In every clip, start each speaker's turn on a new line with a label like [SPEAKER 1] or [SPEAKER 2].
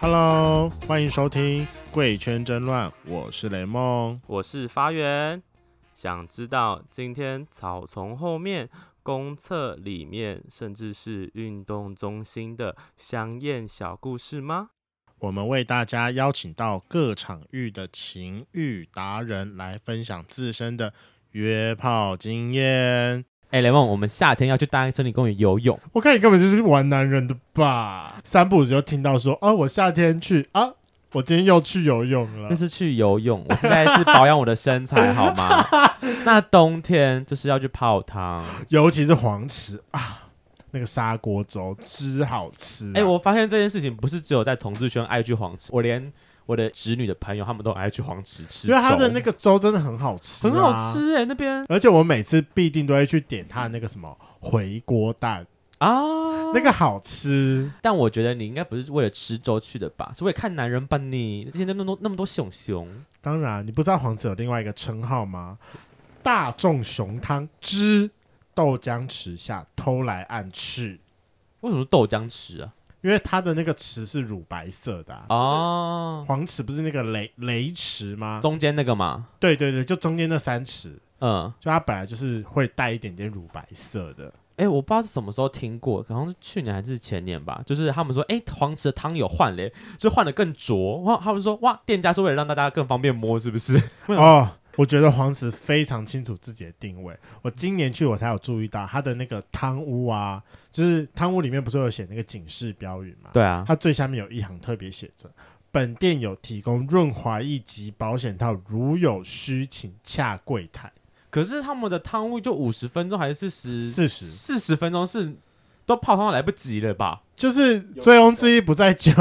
[SPEAKER 1] Hello，欢迎收听《贵圈争乱》，我是雷梦。
[SPEAKER 2] 我是发源。想知道今天草丛后面、公厕里面，甚至是运动中心的香艳小故事吗？
[SPEAKER 1] 我们为大家邀请到各场域的情欲达人来分享自身的约炮经验。
[SPEAKER 3] 哎、雷梦，我们夏天要去大安森林公园游泳，
[SPEAKER 2] 哦
[SPEAKER 1] 我看你根本就是玩男人的吧？三步子就听到说啊，我夏天去啊，我今天又去游泳了
[SPEAKER 3] 那。是去游泳，我现在是保养我的身材，好 吗？那冬天就是要去泡汤。
[SPEAKER 2] 哎
[SPEAKER 1] 尤其是黄池啊，那个砂锅粥之好吃啊、
[SPEAKER 3] 哎、我发现这件事情不是只有在同志圈爱去黄池，我连我的侄女的朋友他们都很爱去黄池吃
[SPEAKER 1] 因为它的
[SPEAKER 3] 粥
[SPEAKER 1] 那个粥真的很好吃、啊
[SPEAKER 3] 很好。吃哎、那边
[SPEAKER 1] 而且我每次必定都会去点它的那个什么回锅蛋，
[SPEAKER 3] 啊，
[SPEAKER 1] 那个好吃。
[SPEAKER 3] 但我觉得你应该不是为了吃粥去的吧，是为了看男人吧你？现在那么多那么多熊熊，
[SPEAKER 1] 当然，你不知道黄子有另外一个称号吗？大众熊汤之豆浆池下偷来暗去，
[SPEAKER 3] 为什么是豆浆吃啊？
[SPEAKER 1] 因为它的那个池是乳白色的、啊。
[SPEAKER 3] 哦，
[SPEAKER 1] 黄池不是那个雷雷池吗？
[SPEAKER 3] 啊中间那个嘛，
[SPEAKER 1] 对对对，就中间那三池，
[SPEAKER 3] 嗯。
[SPEAKER 1] 就它本来就是会带一点点乳白色的。
[SPEAKER 3] 哎、我不知道是什么时候听过，好像是去年还是前年吧。就是他们说，哎、黄池的汤有换嘞，就换的更浊。哇，他们说，哇，店家是为了让大家更方便摸，是不是？ 我想
[SPEAKER 1] 哦，我觉得黄池非常清楚自己的定位。我今年去我才有注意到它的那个汤屋啊，就是汤屋里面不是有写那个警示标语嘛？
[SPEAKER 3] 对啊，
[SPEAKER 1] 它最下面有一行特别写着：“本店有提供润滑液及保险套，如有需请洽柜台。
[SPEAKER 3] 可是他们的汤屋就五十分钟还是十
[SPEAKER 1] 40
[SPEAKER 3] 四十分钟是都泡汤来不及了吧？”
[SPEAKER 1] 就是醉翁之意不在酒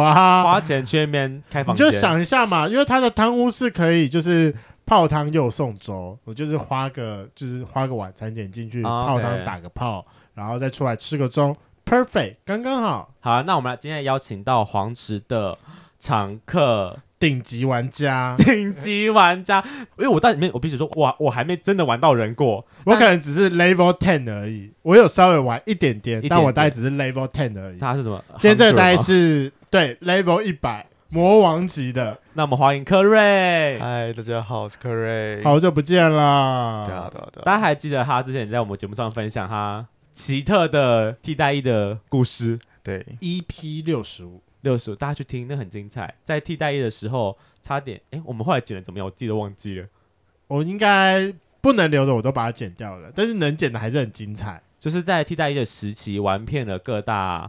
[SPEAKER 1] 啊！
[SPEAKER 3] 花钱去那边开
[SPEAKER 1] 你
[SPEAKER 3] 房间，
[SPEAKER 1] 就想一下嘛，因为它的汤屋是可以就是泡汤又送粥，我就是花个就是花个晚餐钱进去
[SPEAKER 3] 哦
[SPEAKER 1] 泡汤
[SPEAKER 3] OK
[SPEAKER 1] 打个泡，然后再出来吃个粥，perfect，刚刚好，
[SPEAKER 3] 好、那我们来今天邀请到黄池的常 客。
[SPEAKER 1] 顶级玩家
[SPEAKER 3] 顶级玩家，因为我在里面，我必须说，哇，我还没真的玩到人过。
[SPEAKER 1] 我可能只是 level ten 而已，我有稍微玩一点点，
[SPEAKER 3] 一点
[SPEAKER 1] 但我
[SPEAKER 3] 点
[SPEAKER 1] 大概只是 level ten 而已。
[SPEAKER 3] 他是什么？
[SPEAKER 1] 今天这个大概
[SPEAKER 3] Hunter 吗
[SPEAKER 1] 是对 level 一百魔王级的，
[SPEAKER 3] 那我们欢迎科瑞。
[SPEAKER 4] 嗨，大家好，我是柯瑞。，
[SPEAKER 1] 好久不见
[SPEAKER 4] 对啊，
[SPEAKER 1] 啦。
[SPEAKER 4] 对啊，对啊。
[SPEAKER 3] 大家还记得他之前也在我们节目上分享他奇特的替代役的故事
[SPEAKER 4] 对，
[SPEAKER 1] E EP 六十五，
[SPEAKER 3] 六十大家去听，那很精彩。在替代役的时候，差点哎、我们后来剪的怎么样？我记得忘记了。
[SPEAKER 1] 我应该不能留的我都把它剪掉了，但是能剪的还是很精彩。
[SPEAKER 3] 就是在替代役的时期，玩遍了各大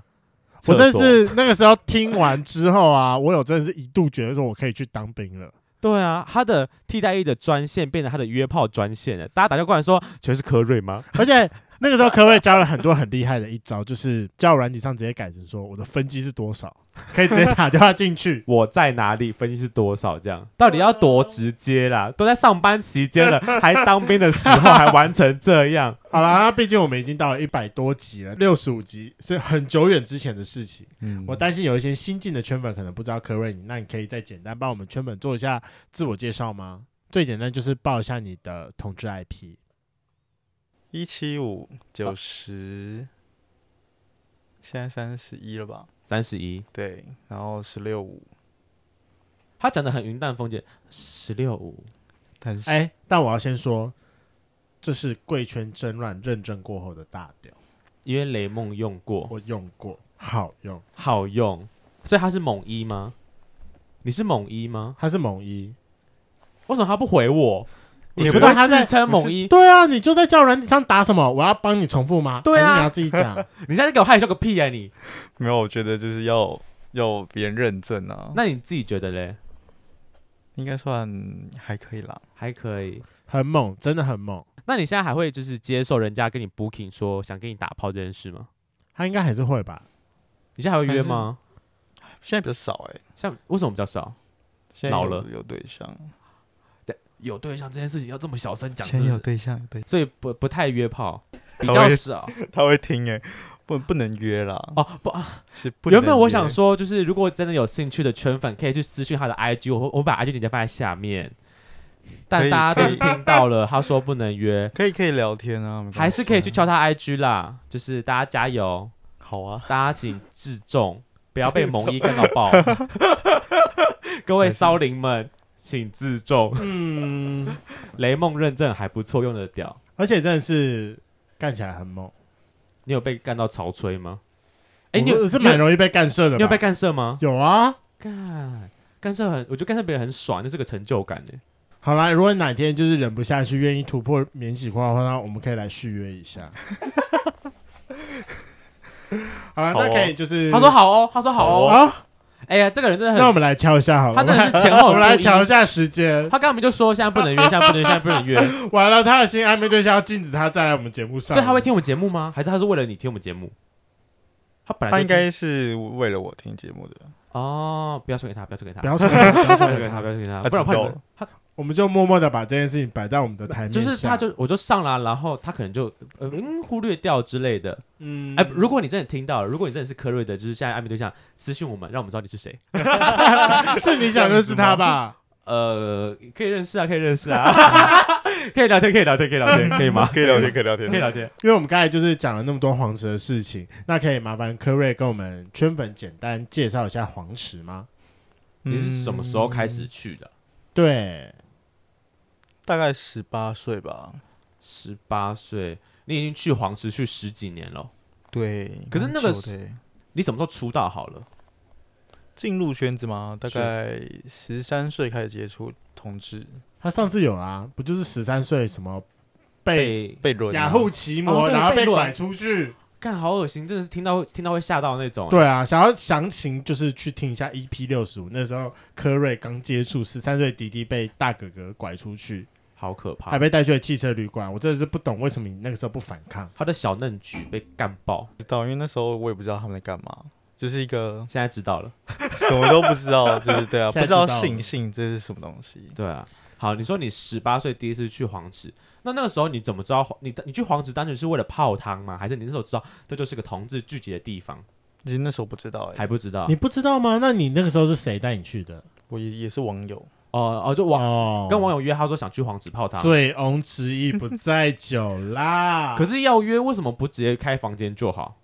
[SPEAKER 1] 我
[SPEAKER 3] 厕
[SPEAKER 1] 真的
[SPEAKER 3] 所。
[SPEAKER 1] 是那个时候听完之后啊，我有真的是一度觉得说我可以去当兵了。
[SPEAKER 3] 对啊，他的替代役的专线变成他的约炮专线了。大家打电话过来说，全是科瑞吗？。
[SPEAKER 1] 而且那个时候科瑞教了很多很厉害的一招，就是交友软体上直接改成说我的分机是多少，可以直接打电话进去
[SPEAKER 3] 我在哪里？分析是多少？这样到底要多直接啦？都在上班期 间了，还当兵的时候还玩成这样。
[SPEAKER 1] 好啦，那毕竟我们已经到了一百多集了，六十五集是很久远之前的事情。
[SPEAKER 4] 嗯
[SPEAKER 1] 我担心有一些新进的圈粉可能不知道科瑞你，那你可以再简单帮我们圈粉做一下自我介绍吗？最简单就是报一下你的同志 IP。
[SPEAKER 4] 一七五九十，现在三十一了吧？
[SPEAKER 3] 三十一，
[SPEAKER 4] 对，然后十六五，
[SPEAKER 3] 他讲的很云淡风轻，十六五。
[SPEAKER 4] 但是
[SPEAKER 1] 哎、但我要先说，这是贵圈争乱认证过后的大屌，
[SPEAKER 3] 因为雷梦用过，
[SPEAKER 1] 我用过，好用。
[SPEAKER 3] 好用，所以他是猛一吗？你是猛一吗？
[SPEAKER 1] 它是猛一，
[SPEAKER 3] 为什么他不回我？
[SPEAKER 1] 你
[SPEAKER 3] 你
[SPEAKER 1] 不知道
[SPEAKER 3] 会
[SPEAKER 1] 他在
[SPEAKER 3] 自称猛
[SPEAKER 1] 不是
[SPEAKER 3] 一，
[SPEAKER 1] 对啊，你就在叫软体上打什么？我要帮你重复吗？
[SPEAKER 3] 对
[SPEAKER 1] 还
[SPEAKER 3] 啊
[SPEAKER 1] 是你要自己讲。
[SPEAKER 3] 你现在给我害羞个屁啊你！
[SPEAKER 4] 没有，我觉得就是要要别人认证啊，
[SPEAKER 3] 那你自己觉得嘞？
[SPEAKER 4] 应该算还可以啦。
[SPEAKER 3] 还可以。
[SPEAKER 1] 很猛，真的很猛。
[SPEAKER 3] 那你现在还会就是接受人家跟你 booking 说想跟你打炮这件事吗？
[SPEAKER 1] 他应该还是会吧？
[SPEAKER 3] 你现在还会约吗？
[SPEAKER 4] 现在比较少哎，
[SPEAKER 3] 像为什么比较少？
[SPEAKER 4] 现在
[SPEAKER 3] 老
[SPEAKER 4] 有
[SPEAKER 3] 了
[SPEAKER 4] 有对象，
[SPEAKER 3] 有对象这件事情要这么小声讲
[SPEAKER 4] 现在有？对象，有对，
[SPEAKER 3] 所以不不太约炮，比
[SPEAKER 4] 我
[SPEAKER 3] 较
[SPEAKER 4] 也
[SPEAKER 3] 少
[SPEAKER 4] 他会听哎，不不能约啦，
[SPEAKER 3] 哦。不，
[SPEAKER 4] 是不能
[SPEAKER 3] 原
[SPEAKER 4] 约。
[SPEAKER 3] 本我想说，就是如果真的有兴趣的圈粉，可以去私讯他的 IG，我会我会把 IG 链接放在下面。
[SPEAKER 4] 可
[SPEAKER 3] 但
[SPEAKER 4] 以
[SPEAKER 3] 大家都
[SPEAKER 4] 可以
[SPEAKER 3] 是听到了，他说不能约，
[SPEAKER 4] 可以可以聊天啊，没关
[SPEAKER 3] 还是可以去
[SPEAKER 4] 系啊
[SPEAKER 3] 敲他 IG 啦。就是大家加油，
[SPEAKER 4] 好啊，
[SPEAKER 3] 大家请自重。不要被萌一干到爆。各位骚灵们，请自重。
[SPEAKER 1] 嗯，
[SPEAKER 3] 雷梦认证还不错，用得屌。
[SPEAKER 1] 而且真的是干起来很猛。
[SPEAKER 3] 你有被干到潮吹吗？哎、你
[SPEAKER 1] 我
[SPEAKER 3] 有
[SPEAKER 1] 是
[SPEAKER 3] 你有
[SPEAKER 1] 蛮容易被干涉的吧，
[SPEAKER 3] 你有被干射吗？
[SPEAKER 1] 有啊。
[SPEAKER 3] 干干涉很，我觉得干涉别人很爽，那是个成就感耶。欸
[SPEAKER 1] 好啦，如果哪天就是忍不下去，愿意突破免洗框的话，那我们可以来续约一 下。好了，
[SPEAKER 4] 好哦
[SPEAKER 1] 那可以就是
[SPEAKER 3] 他说好哦，他说好
[SPEAKER 1] 好
[SPEAKER 3] 哦。
[SPEAKER 1] 啊，
[SPEAKER 3] 哎呀，这个人真的
[SPEAKER 1] 那我
[SPEAKER 3] 很，
[SPEAKER 1] 们来敲一下好了。
[SPEAKER 3] 他真的是前后
[SPEAKER 1] 我们来
[SPEAKER 3] 不一
[SPEAKER 1] 瞧一下时间。
[SPEAKER 3] 他刚才就说现在不能约，现在不能约，现在不 能约，
[SPEAKER 1] 完了，他的新暧昧对象要禁止他再来我们节目上，
[SPEAKER 3] 所以他会听我们节目吗？还是他是为了你听我们节目？他本来
[SPEAKER 4] 他
[SPEAKER 3] 就
[SPEAKER 4] 应该是为了我听节目的，
[SPEAKER 3] 哦，不要说给他，不要说给他，
[SPEAKER 1] 不要说，不要
[SPEAKER 3] 不要
[SPEAKER 1] 说
[SPEAKER 3] 说给他，不要说给他，
[SPEAKER 4] 他
[SPEAKER 3] 啊不然
[SPEAKER 4] 知
[SPEAKER 3] 我怕
[SPEAKER 4] 道了
[SPEAKER 3] 他
[SPEAKER 1] 我们就默默的把这件事情摆在我们的台面
[SPEAKER 3] 就
[SPEAKER 1] 上。
[SPEAKER 3] 是他就我就上啦，然后他可能就呃嗯忽略掉之类的。
[SPEAKER 1] 嗯
[SPEAKER 3] 哎，如果你真的听到了，如果你真的是科瑞的，就是现在暧昧对象，私信我们，让我们知道你是谁。
[SPEAKER 1] 是你想认识他吧？
[SPEAKER 3] 呃，
[SPEAKER 1] 嗯
[SPEAKER 3] 可以认识啊，可以认识啊， 可以聊天，可以聊天，可以聊天，可以 吗？
[SPEAKER 4] 可以聊天，可以聊天，
[SPEAKER 3] 可以聊天。
[SPEAKER 1] 因为我们刚才就是讲了那么多黄池的事情，那可以麻烦科瑞跟我们圈粉简单介绍一下黄池吗？嗯
[SPEAKER 4] 嗯
[SPEAKER 3] 你是什么时候开
[SPEAKER 4] 始？
[SPEAKER 3] 始去的？
[SPEAKER 1] 对，
[SPEAKER 4] 大概十八岁吧。
[SPEAKER 3] 十八岁，你已经去黄石去十几年了。
[SPEAKER 4] 对，
[SPEAKER 3] 可是那个
[SPEAKER 4] 蛮久的欸
[SPEAKER 3] 你什么时候出道好了？
[SPEAKER 4] 进入圈子嘛，大概十三岁开始接触同志，
[SPEAKER 1] 他上次有啊，不就是十三岁什么被
[SPEAKER 3] 被
[SPEAKER 4] 被轮、啊
[SPEAKER 1] 雅虎奇摩，
[SPEAKER 3] 哦对
[SPEAKER 1] 然后被
[SPEAKER 3] 被乱
[SPEAKER 1] 拐出去？
[SPEAKER 3] 干好恶心，真的是听到听到会吓到那种。，
[SPEAKER 1] 对啊，想要详情就是去听一下 EP 六十五，那时候科瑞刚接触，十三岁弟弟被大哥哥拐出去，
[SPEAKER 3] 好可怕
[SPEAKER 1] 还。被带去了汽车旅馆。我真的是不懂为什么你那个时候不反抗。
[SPEAKER 3] 他的小嫩菊被干爆，
[SPEAKER 4] 知道，因为那时候我也不知道他们在干嘛，就是一个
[SPEAKER 3] 现在知道了。
[SPEAKER 4] 什么都不知道，就是 对啊，
[SPEAKER 1] 现在
[SPEAKER 4] 不知道
[SPEAKER 1] 知道了
[SPEAKER 4] 性性这是什么东西。
[SPEAKER 3] 对啊，好，你说你十八岁第一次去黄池，那那个时候你怎么知道你你去黄池单纯是为了泡汤吗？还是你那时候知道这就是个同志聚集的地方，
[SPEAKER 4] 其实那时候不知道、欸，
[SPEAKER 3] 还不知道？
[SPEAKER 1] 你不知道吗？那你那个时候是谁带你去的？
[SPEAKER 4] 我也也是网友，
[SPEAKER 3] 哦哦，就网
[SPEAKER 1] 网
[SPEAKER 3] 跟网友约，他说想去黄池泡汤，
[SPEAKER 1] 醉翁之意不在酒啦。
[SPEAKER 3] 可
[SPEAKER 1] 是
[SPEAKER 3] 是要约为什么不直接开房间就好？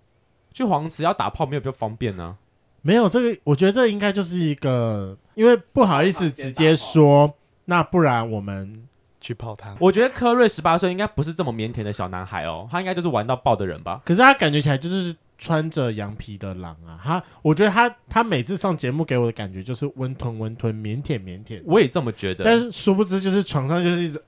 [SPEAKER 3] 去黄池要打炮没有比较方便呢、
[SPEAKER 1] 没有这个，我觉得这应该就是一个，因为不好意思直接说，那不然我们
[SPEAKER 4] 去泡汤，
[SPEAKER 3] 我觉得科瑞十八岁应该不是这么腼腆的小男孩哦，他应该就是玩到爆的人吧？
[SPEAKER 1] 可是他感觉起来就是穿着羊皮的狼啊，他我觉得他他每次上节目给我的感觉就是温吞温吞、腼腆腆腆，
[SPEAKER 3] 我也这么觉
[SPEAKER 1] 但
[SPEAKER 3] 得。
[SPEAKER 1] 是殊不知就是床上就是 一直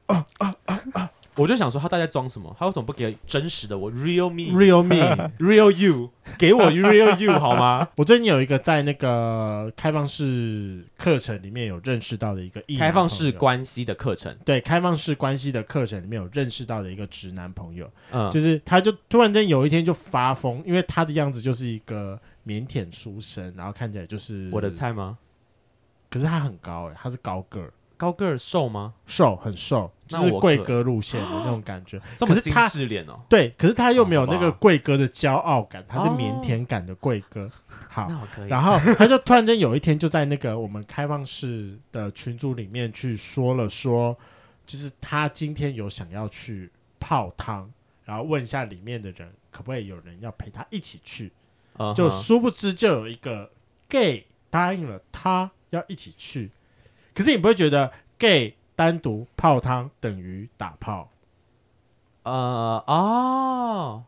[SPEAKER 3] 我就想说他大概装什么？他为什么不给真实的我 real me
[SPEAKER 1] real me。
[SPEAKER 3] real you 给我 real you 好吗？
[SPEAKER 1] 我最近有一个在那个开放式课程里面有认识到的一个异男
[SPEAKER 3] 开放
[SPEAKER 1] 朋
[SPEAKER 3] 式
[SPEAKER 1] 友
[SPEAKER 3] 关系的课程，
[SPEAKER 1] 对开放式关系的课程里面有认识到的一个直男朋友，
[SPEAKER 3] 嗯，
[SPEAKER 1] 就是他就突然间有一天就发疯，因为他的样子就是一个腼腆书生，然后看起来就是
[SPEAKER 3] 我的，菜吗？
[SPEAKER 1] 可是他很高哎、他是高个儿，
[SPEAKER 3] 高个儿瘦吗？
[SPEAKER 1] 瘦很瘦，就
[SPEAKER 3] 那
[SPEAKER 1] 是
[SPEAKER 3] 我
[SPEAKER 1] 贵
[SPEAKER 3] 可
[SPEAKER 1] 哥路线的那 种感觉。
[SPEAKER 3] 这么
[SPEAKER 1] 可是
[SPEAKER 3] 精
[SPEAKER 1] 他
[SPEAKER 3] 致脸哦，
[SPEAKER 1] 对，可是他又没有那
[SPEAKER 3] 好
[SPEAKER 1] 个
[SPEAKER 3] 吧
[SPEAKER 1] 贵哥的骄傲感，他是
[SPEAKER 3] 哦
[SPEAKER 1] 腼腆感的贵哥。好，
[SPEAKER 3] 那我可以。
[SPEAKER 1] 然后他就突然间有一天就在那个我们开放式的群组里面去说了说，就是他今天有想要去泡汤，然后问一下里面的人可不可以有人要陪他一起去，
[SPEAKER 3] 嗯
[SPEAKER 1] 就
[SPEAKER 3] 哼
[SPEAKER 1] 殊不知就有一个 gay 答应了他要一起去，可是你不会觉得 gay 单独泡汤等于打炮？
[SPEAKER 3] 呃哦，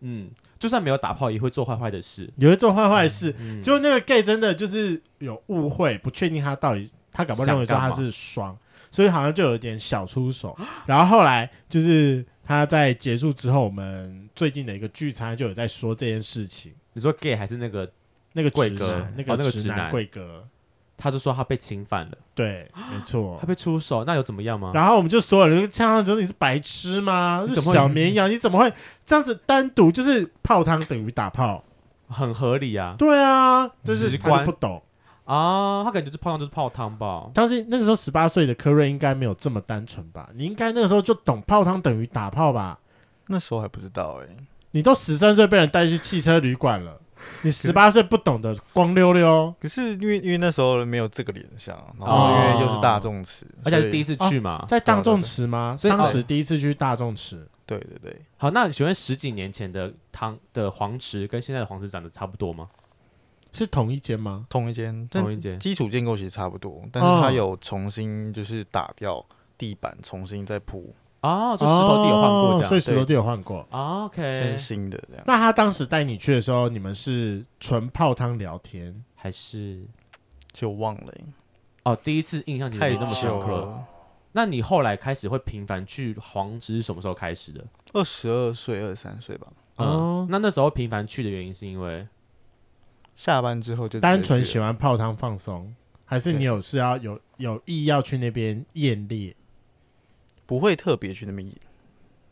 [SPEAKER 3] 嗯，就算没有打炮也会做坏坏的事。
[SPEAKER 1] 你会做坏坏事，
[SPEAKER 3] 嗯，
[SPEAKER 1] 就那个 gay 真的就是有误会，不确定他到底他搞不好认为说他是双，所以好像就有点小出手。然后后来就是他在结束之后，我们最近的一个聚餐就有在说这件事情。
[SPEAKER 3] 你说 gay 还是那个，
[SPEAKER 1] 那个
[SPEAKER 3] 贵
[SPEAKER 1] 直
[SPEAKER 3] 哥
[SPEAKER 1] 男那
[SPEAKER 3] 哦
[SPEAKER 1] 个
[SPEAKER 3] 那个
[SPEAKER 1] 直
[SPEAKER 3] 直
[SPEAKER 1] 男
[SPEAKER 3] 男
[SPEAKER 1] 贵哥，
[SPEAKER 3] 他就说他被侵犯了，
[SPEAKER 1] 对，没错
[SPEAKER 3] 他。被出手，那又怎么样吗？
[SPEAKER 1] 然后我们就所有人就呛他说：“你是白痴吗？
[SPEAKER 3] 啊
[SPEAKER 1] 是
[SPEAKER 3] 你怎么会
[SPEAKER 1] 小绵 羊？你怎么会这样子单独就是泡汤等于打炮？
[SPEAKER 3] 很合理啊
[SPEAKER 1] 对啊，但是
[SPEAKER 3] 直
[SPEAKER 1] 他就
[SPEAKER 3] 观
[SPEAKER 1] 不懂。
[SPEAKER 3] 啊，他感觉就是泡汤就是泡汤吧。
[SPEAKER 1] 相信那个时候十八岁的科瑞应该没有这么单纯吧？你应该那个时候就懂泡汤等于打炮吧？
[SPEAKER 4] 那时候还不知道哎、
[SPEAKER 1] 你都十三岁被人带去汽车旅馆了，你十八岁不懂得光溜溜，
[SPEAKER 4] 可是因为因为那时候没有这个脸像，然后因为又是大众词，
[SPEAKER 3] 哦而且还
[SPEAKER 4] 所
[SPEAKER 3] 是
[SPEAKER 4] 以
[SPEAKER 3] 第一次去嘛。
[SPEAKER 1] 在大众池吗？
[SPEAKER 3] 啊对对对啊
[SPEAKER 1] 当时第一次去大众池，
[SPEAKER 4] 对对对，
[SPEAKER 3] 好，那请问十几年前的汤的黄池跟现在的黄池长得差不多吗？
[SPEAKER 1] 是同一间吗？
[SPEAKER 4] 同一间，但
[SPEAKER 3] 同一间
[SPEAKER 4] 基础建构其实差不多，但是它
[SPEAKER 1] 哦
[SPEAKER 4] 有重新就是打掉地板，重新再铺，
[SPEAKER 3] 哦，就石头地有换过这
[SPEAKER 1] 哦所以
[SPEAKER 3] 样。
[SPEAKER 1] 石头地有换过。
[SPEAKER 3] 哦 OK，
[SPEAKER 4] 是新的这样。
[SPEAKER 1] 那他当时带你去的时候，你们是纯泡汤聊天，
[SPEAKER 3] 还是
[SPEAKER 4] 就忘了欸，
[SPEAKER 3] 哦，第一次印象其实
[SPEAKER 4] 太
[SPEAKER 3] 没那么深
[SPEAKER 4] 久
[SPEAKER 3] 刻。
[SPEAKER 4] 了，
[SPEAKER 3] 那你后来开始会频繁去黄之是什么时候开始的？
[SPEAKER 4] 二十二岁、二十三岁吧。
[SPEAKER 1] 哦
[SPEAKER 3] 嗯，那那时候频繁去的原因是因为
[SPEAKER 4] 下班之后就直接
[SPEAKER 1] 单纯
[SPEAKER 4] 去了
[SPEAKER 1] 喜欢泡汤放松，还是你有是要有有意要去那边艳猎？
[SPEAKER 4] 不会特别去那边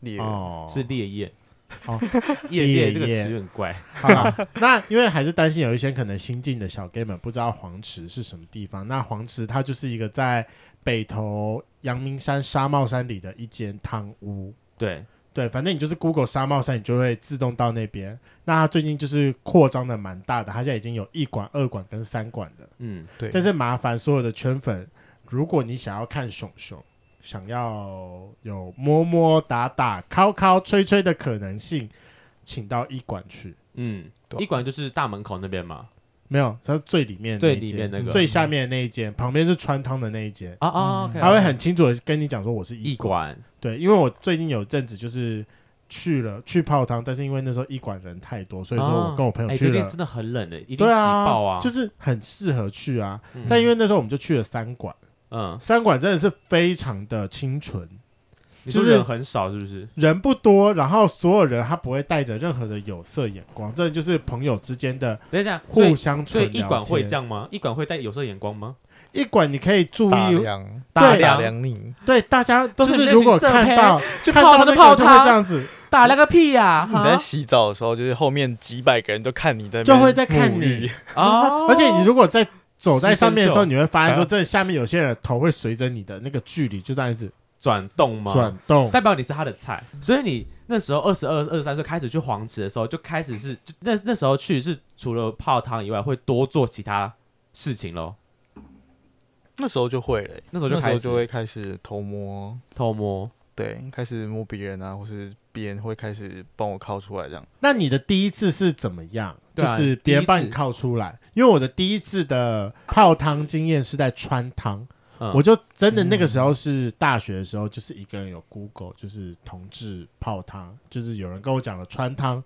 [SPEAKER 4] 猎人。
[SPEAKER 1] 哦，
[SPEAKER 3] 是烈焰。
[SPEAKER 1] 哦，
[SPEAKER 3] 夜
[SPEAKER 1] 烈
[SPEAKER 3] 夜这个
[SPEAKER 1] 焰
[SPEAKER 3] 词有点怪。
[SPEAKER 1] 好啦，那因为还是担心有一些可能新进的小 gay 们不知道黄池是什么地方。那黄池它就是一个在北投阳明山沙帽山里的一间汤屋。
[SPEAKER 3] 对，
[SPEAKER 1] 对，反正你就是 Google 沙帽山，你就会自动到那边。那它最近就是扩张的蛮大的，它现在已经有一馆、二馆跟三馆的。
[SPEAKER 3] 嗯，
[SPEAKER 4] 对，
[SPEAKER 1] 但是麻烦所有的圈粉，如果你想要看熊熊，想要有摸摸打打、敲敲吹吹的可能性，请到一馆去。
[SPEAKER 3] 嗯，
[SPEAKER 4] 对
[SPEAKER 3] 一馆就是大门口那边嘛。
[SPEAKER 1] 没有，它是最里面的
[SPEAKER 3] 最
[SPEAKER 1] 一
[SPEAKER 3] 里
[SPEAKER 1] 间
[SPEAKER 3] 面那个
[SPEAKER 1] 最下面的那一间，旁边是穿汤的那一间。
[SPEAKER 3] 啊啊，OK，
[SPEAKER 1] 他会很清楚的跟你讲说我是
[SPEAKER 3] 一
[SPEAKER 1] 医馆，
[SPEAKER 3] 馆
[SPEAKER 1] 对，因为我最近有阵子就是去了去泡汤，但是因为那时候医馆人太多，所以说我跟我朋
[SPEAKER 3] 哎
[SPEAKER 1] 友去
[SPEAKER 3] 最近
[SPEAKER 1] 了，
[SPEAKER 3] 真的很冷诶，欸一定挤
[SPEAKER 1] 对啊，
[SPEAKER 3] 爆啊！
[SPEAKER 1] 就是很适合去啊。
[SPEAKER 3] 嗯
[SPEAKER 1] 但因为那时候我们就去了三馆，
[SPEAKER 3] 嗯，
[SPEAKER 1] 三馆真的是非常的清纯，
[SPEAKER 3] 你
[SPEAKER 1] 就
[SPEAKER 3] 说
[SPEAKER 1] 是
[SPEAKER 3] 人很少是不是？
[SPEAKER 1] 人不多，然后所有人他不会带着任何的有色眼光，这就是朋友之间的
[SPEAKER 3] 等一下，所
[SPEAKER 1] 互
[SPEAKER 3] 以
[SPEAKER 1] 相
[SPEAKER 3] 所以
[SPEAKER 1] 纯
[SPEAKER 3] 一馆
[SPEAKER 1] 聊
[SPEAKER 3] 会这
[SPEAKER 1] 天。
[SPEAKER 3] 样吗？一馆会带有色眼光吗？
[SPEAKER 1] 一馆你可以注
[SPEAKER 4] 大
[SPEAKER 1] 意
[SPEAKER 4] 量
[SPEAKER 1] 大
[SPEAKER 4] 大
[SPEAKER 3] 量
[SPEAKER 4] 量你
[SPEAKER 1] 对，大家都
[SPEAKER 3] 就
[SPEAKER 1] 是
[SPEAKER 3] 是你那
[SPEAKER 1] 如
[SPEAKER 3] 群
[SPEAKER 1] 果
[SPEAKER 3] 色
[SPEAKER 1] 看
[SPEAKER 3] 胚
[SPEAKER 1] 到
[SPEAKER 3] 去
[SPEAKER 1] 看
[SPEAKER 3] 泡
[SPEAKER 1] 到
[SPEAKER 3] 汤的
[SPEAKER 1] 那
[SPEAKER 3] 泡
[SPEAKER 1] 个就会
[SPEAKER 3] 汤
[SPEAKER 1] 这样子，
[SPEAKER 3] 打了个屁呀！
[SPEAKER 1] 啊
[SPEAKER 4] 你在洗澡的时候，就是后面几百个人都看你在那边
[SPEAKER 1] 就会在看你
[SPEAKER 4] 沐浴，
[SPEAKER 3] 啊，
[SPEAKER 1] 而且你如果在走在上面的时候，
[SPEAKER 3] 牺牲秀
[SPEAKER 1] 你会发现说，
[SPEAKER 4] 啊
[SPEAKER 1] 真的下面有些人的头会随着你的那个距离就这样子
[SPEAKER 3] 转动吗？
[SPEAKER 1] 转动。
[SPEAKER 3] 代表你是他的菜，所以你那时候二十二、二十三岁开始去黄池的时候，就开始是就那那时候去是除了泡汤以外，会多做其他事情咯，
[SPEAKER 4] 那时候就会了欸、
[SPEAKER 3] 那时候就
[SPEAKER 4] 那时
[SPEAKER 3] 开
[SPEAKER 4] 候
[SPEAKER 3] 始
[SPEAKER 4] 就会开始偷摸，
[SPEAKER 3] 偷摸。
[SPEAKER 4] 对，开始摸别人啊，或是别人会开始帮我靠出来这样。
[SPEAKER 1] 那你的第一次是怎么样？
[SPEAKER 3] 对
[SPEAKER 1] 就
[SPEAKER 3] 啊
[SPEAKER 1] 是别人帮
[SPEAKER 3] 第
[SPEAKER 1] 你
[SPEAKER 3] 一次
[SPEAKER 1] 靠出来，因为我的第一次的泡汤经验是在川汤，
[SPEAKER 3] 嗯
[SPEAKER 1] 我就真的那个时候是大学的时候，就是一个人有 Google，就是同志泡汤，就是有人跟我讲了川汤，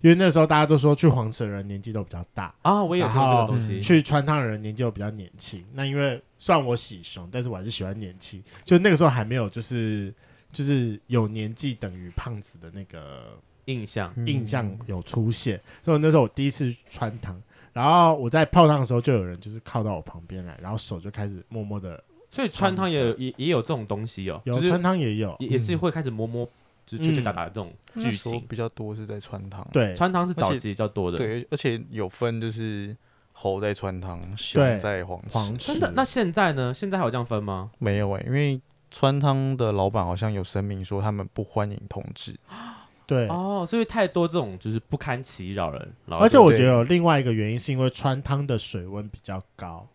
[SPEAKER 1] 因为那时候大家都说去黄池的人年纪都比较大，
[SPEAKER 3] 啊，我也有听过这个东西，
[SPEAKER 4] 然后
[SPEAKER 1] 去穿烫的人年纪又比较年轻，那因为虽然我喜熊，但是我还是喜欢年轻。就那个时候还没有，就是就是有年纪等于胖子的那个
[SPEAKER 3] 印象
[SPEAKER 4] 嗯
[SPEAKER 1] 印象有出现，所以那时候我第一次穿烫，然后我在泡汤的时候就有人就是靠到我旁边来，然后手就开始默默的，
[SPEAKER 3] 所以川汤也有也也有这种东西哦，
[SPEAKER 1] 有
[SPEAKER 3] 就是
[SPEAKER 1] 穿汤也有，
[SPEAKER 3] 也也是会开始摸摸，就是吹吹打打的这种
[SPEAKER 4] 那
[SPEAKER 3] 剧
[SPEAKER 4] 时候
[SPEAKER 3] 情。
[SPEAKER 4] 比较多嗯是在穿堂，
[SPEAKER 1] 对，
[SPEAKER 3] 川汤是早期比较多的，，
[SPEAKER 4] 对，而且有分就是猴在穿堂，熊
[SPEAKER 1] 对
[SPEAKER 4] 在黄池
[SPEAKER 1] 黄池
[SPEAKER 3] 真的。那现在呢？现在还有这样分吗？
[SPEAKER 4] 没有哎、因为川汤的老板好像有声明说他们不欢迎同志，
[SPEAKER 1] 对。
[SPEAKER 3] 哦，所以太多这种就是不堪其扰了。然后
[SPEAKER 1] 而且我
[SPEAKER 4] 对
[SPEAKER 1] 觉得有另外一个原因，是因为川汤的水温比较高，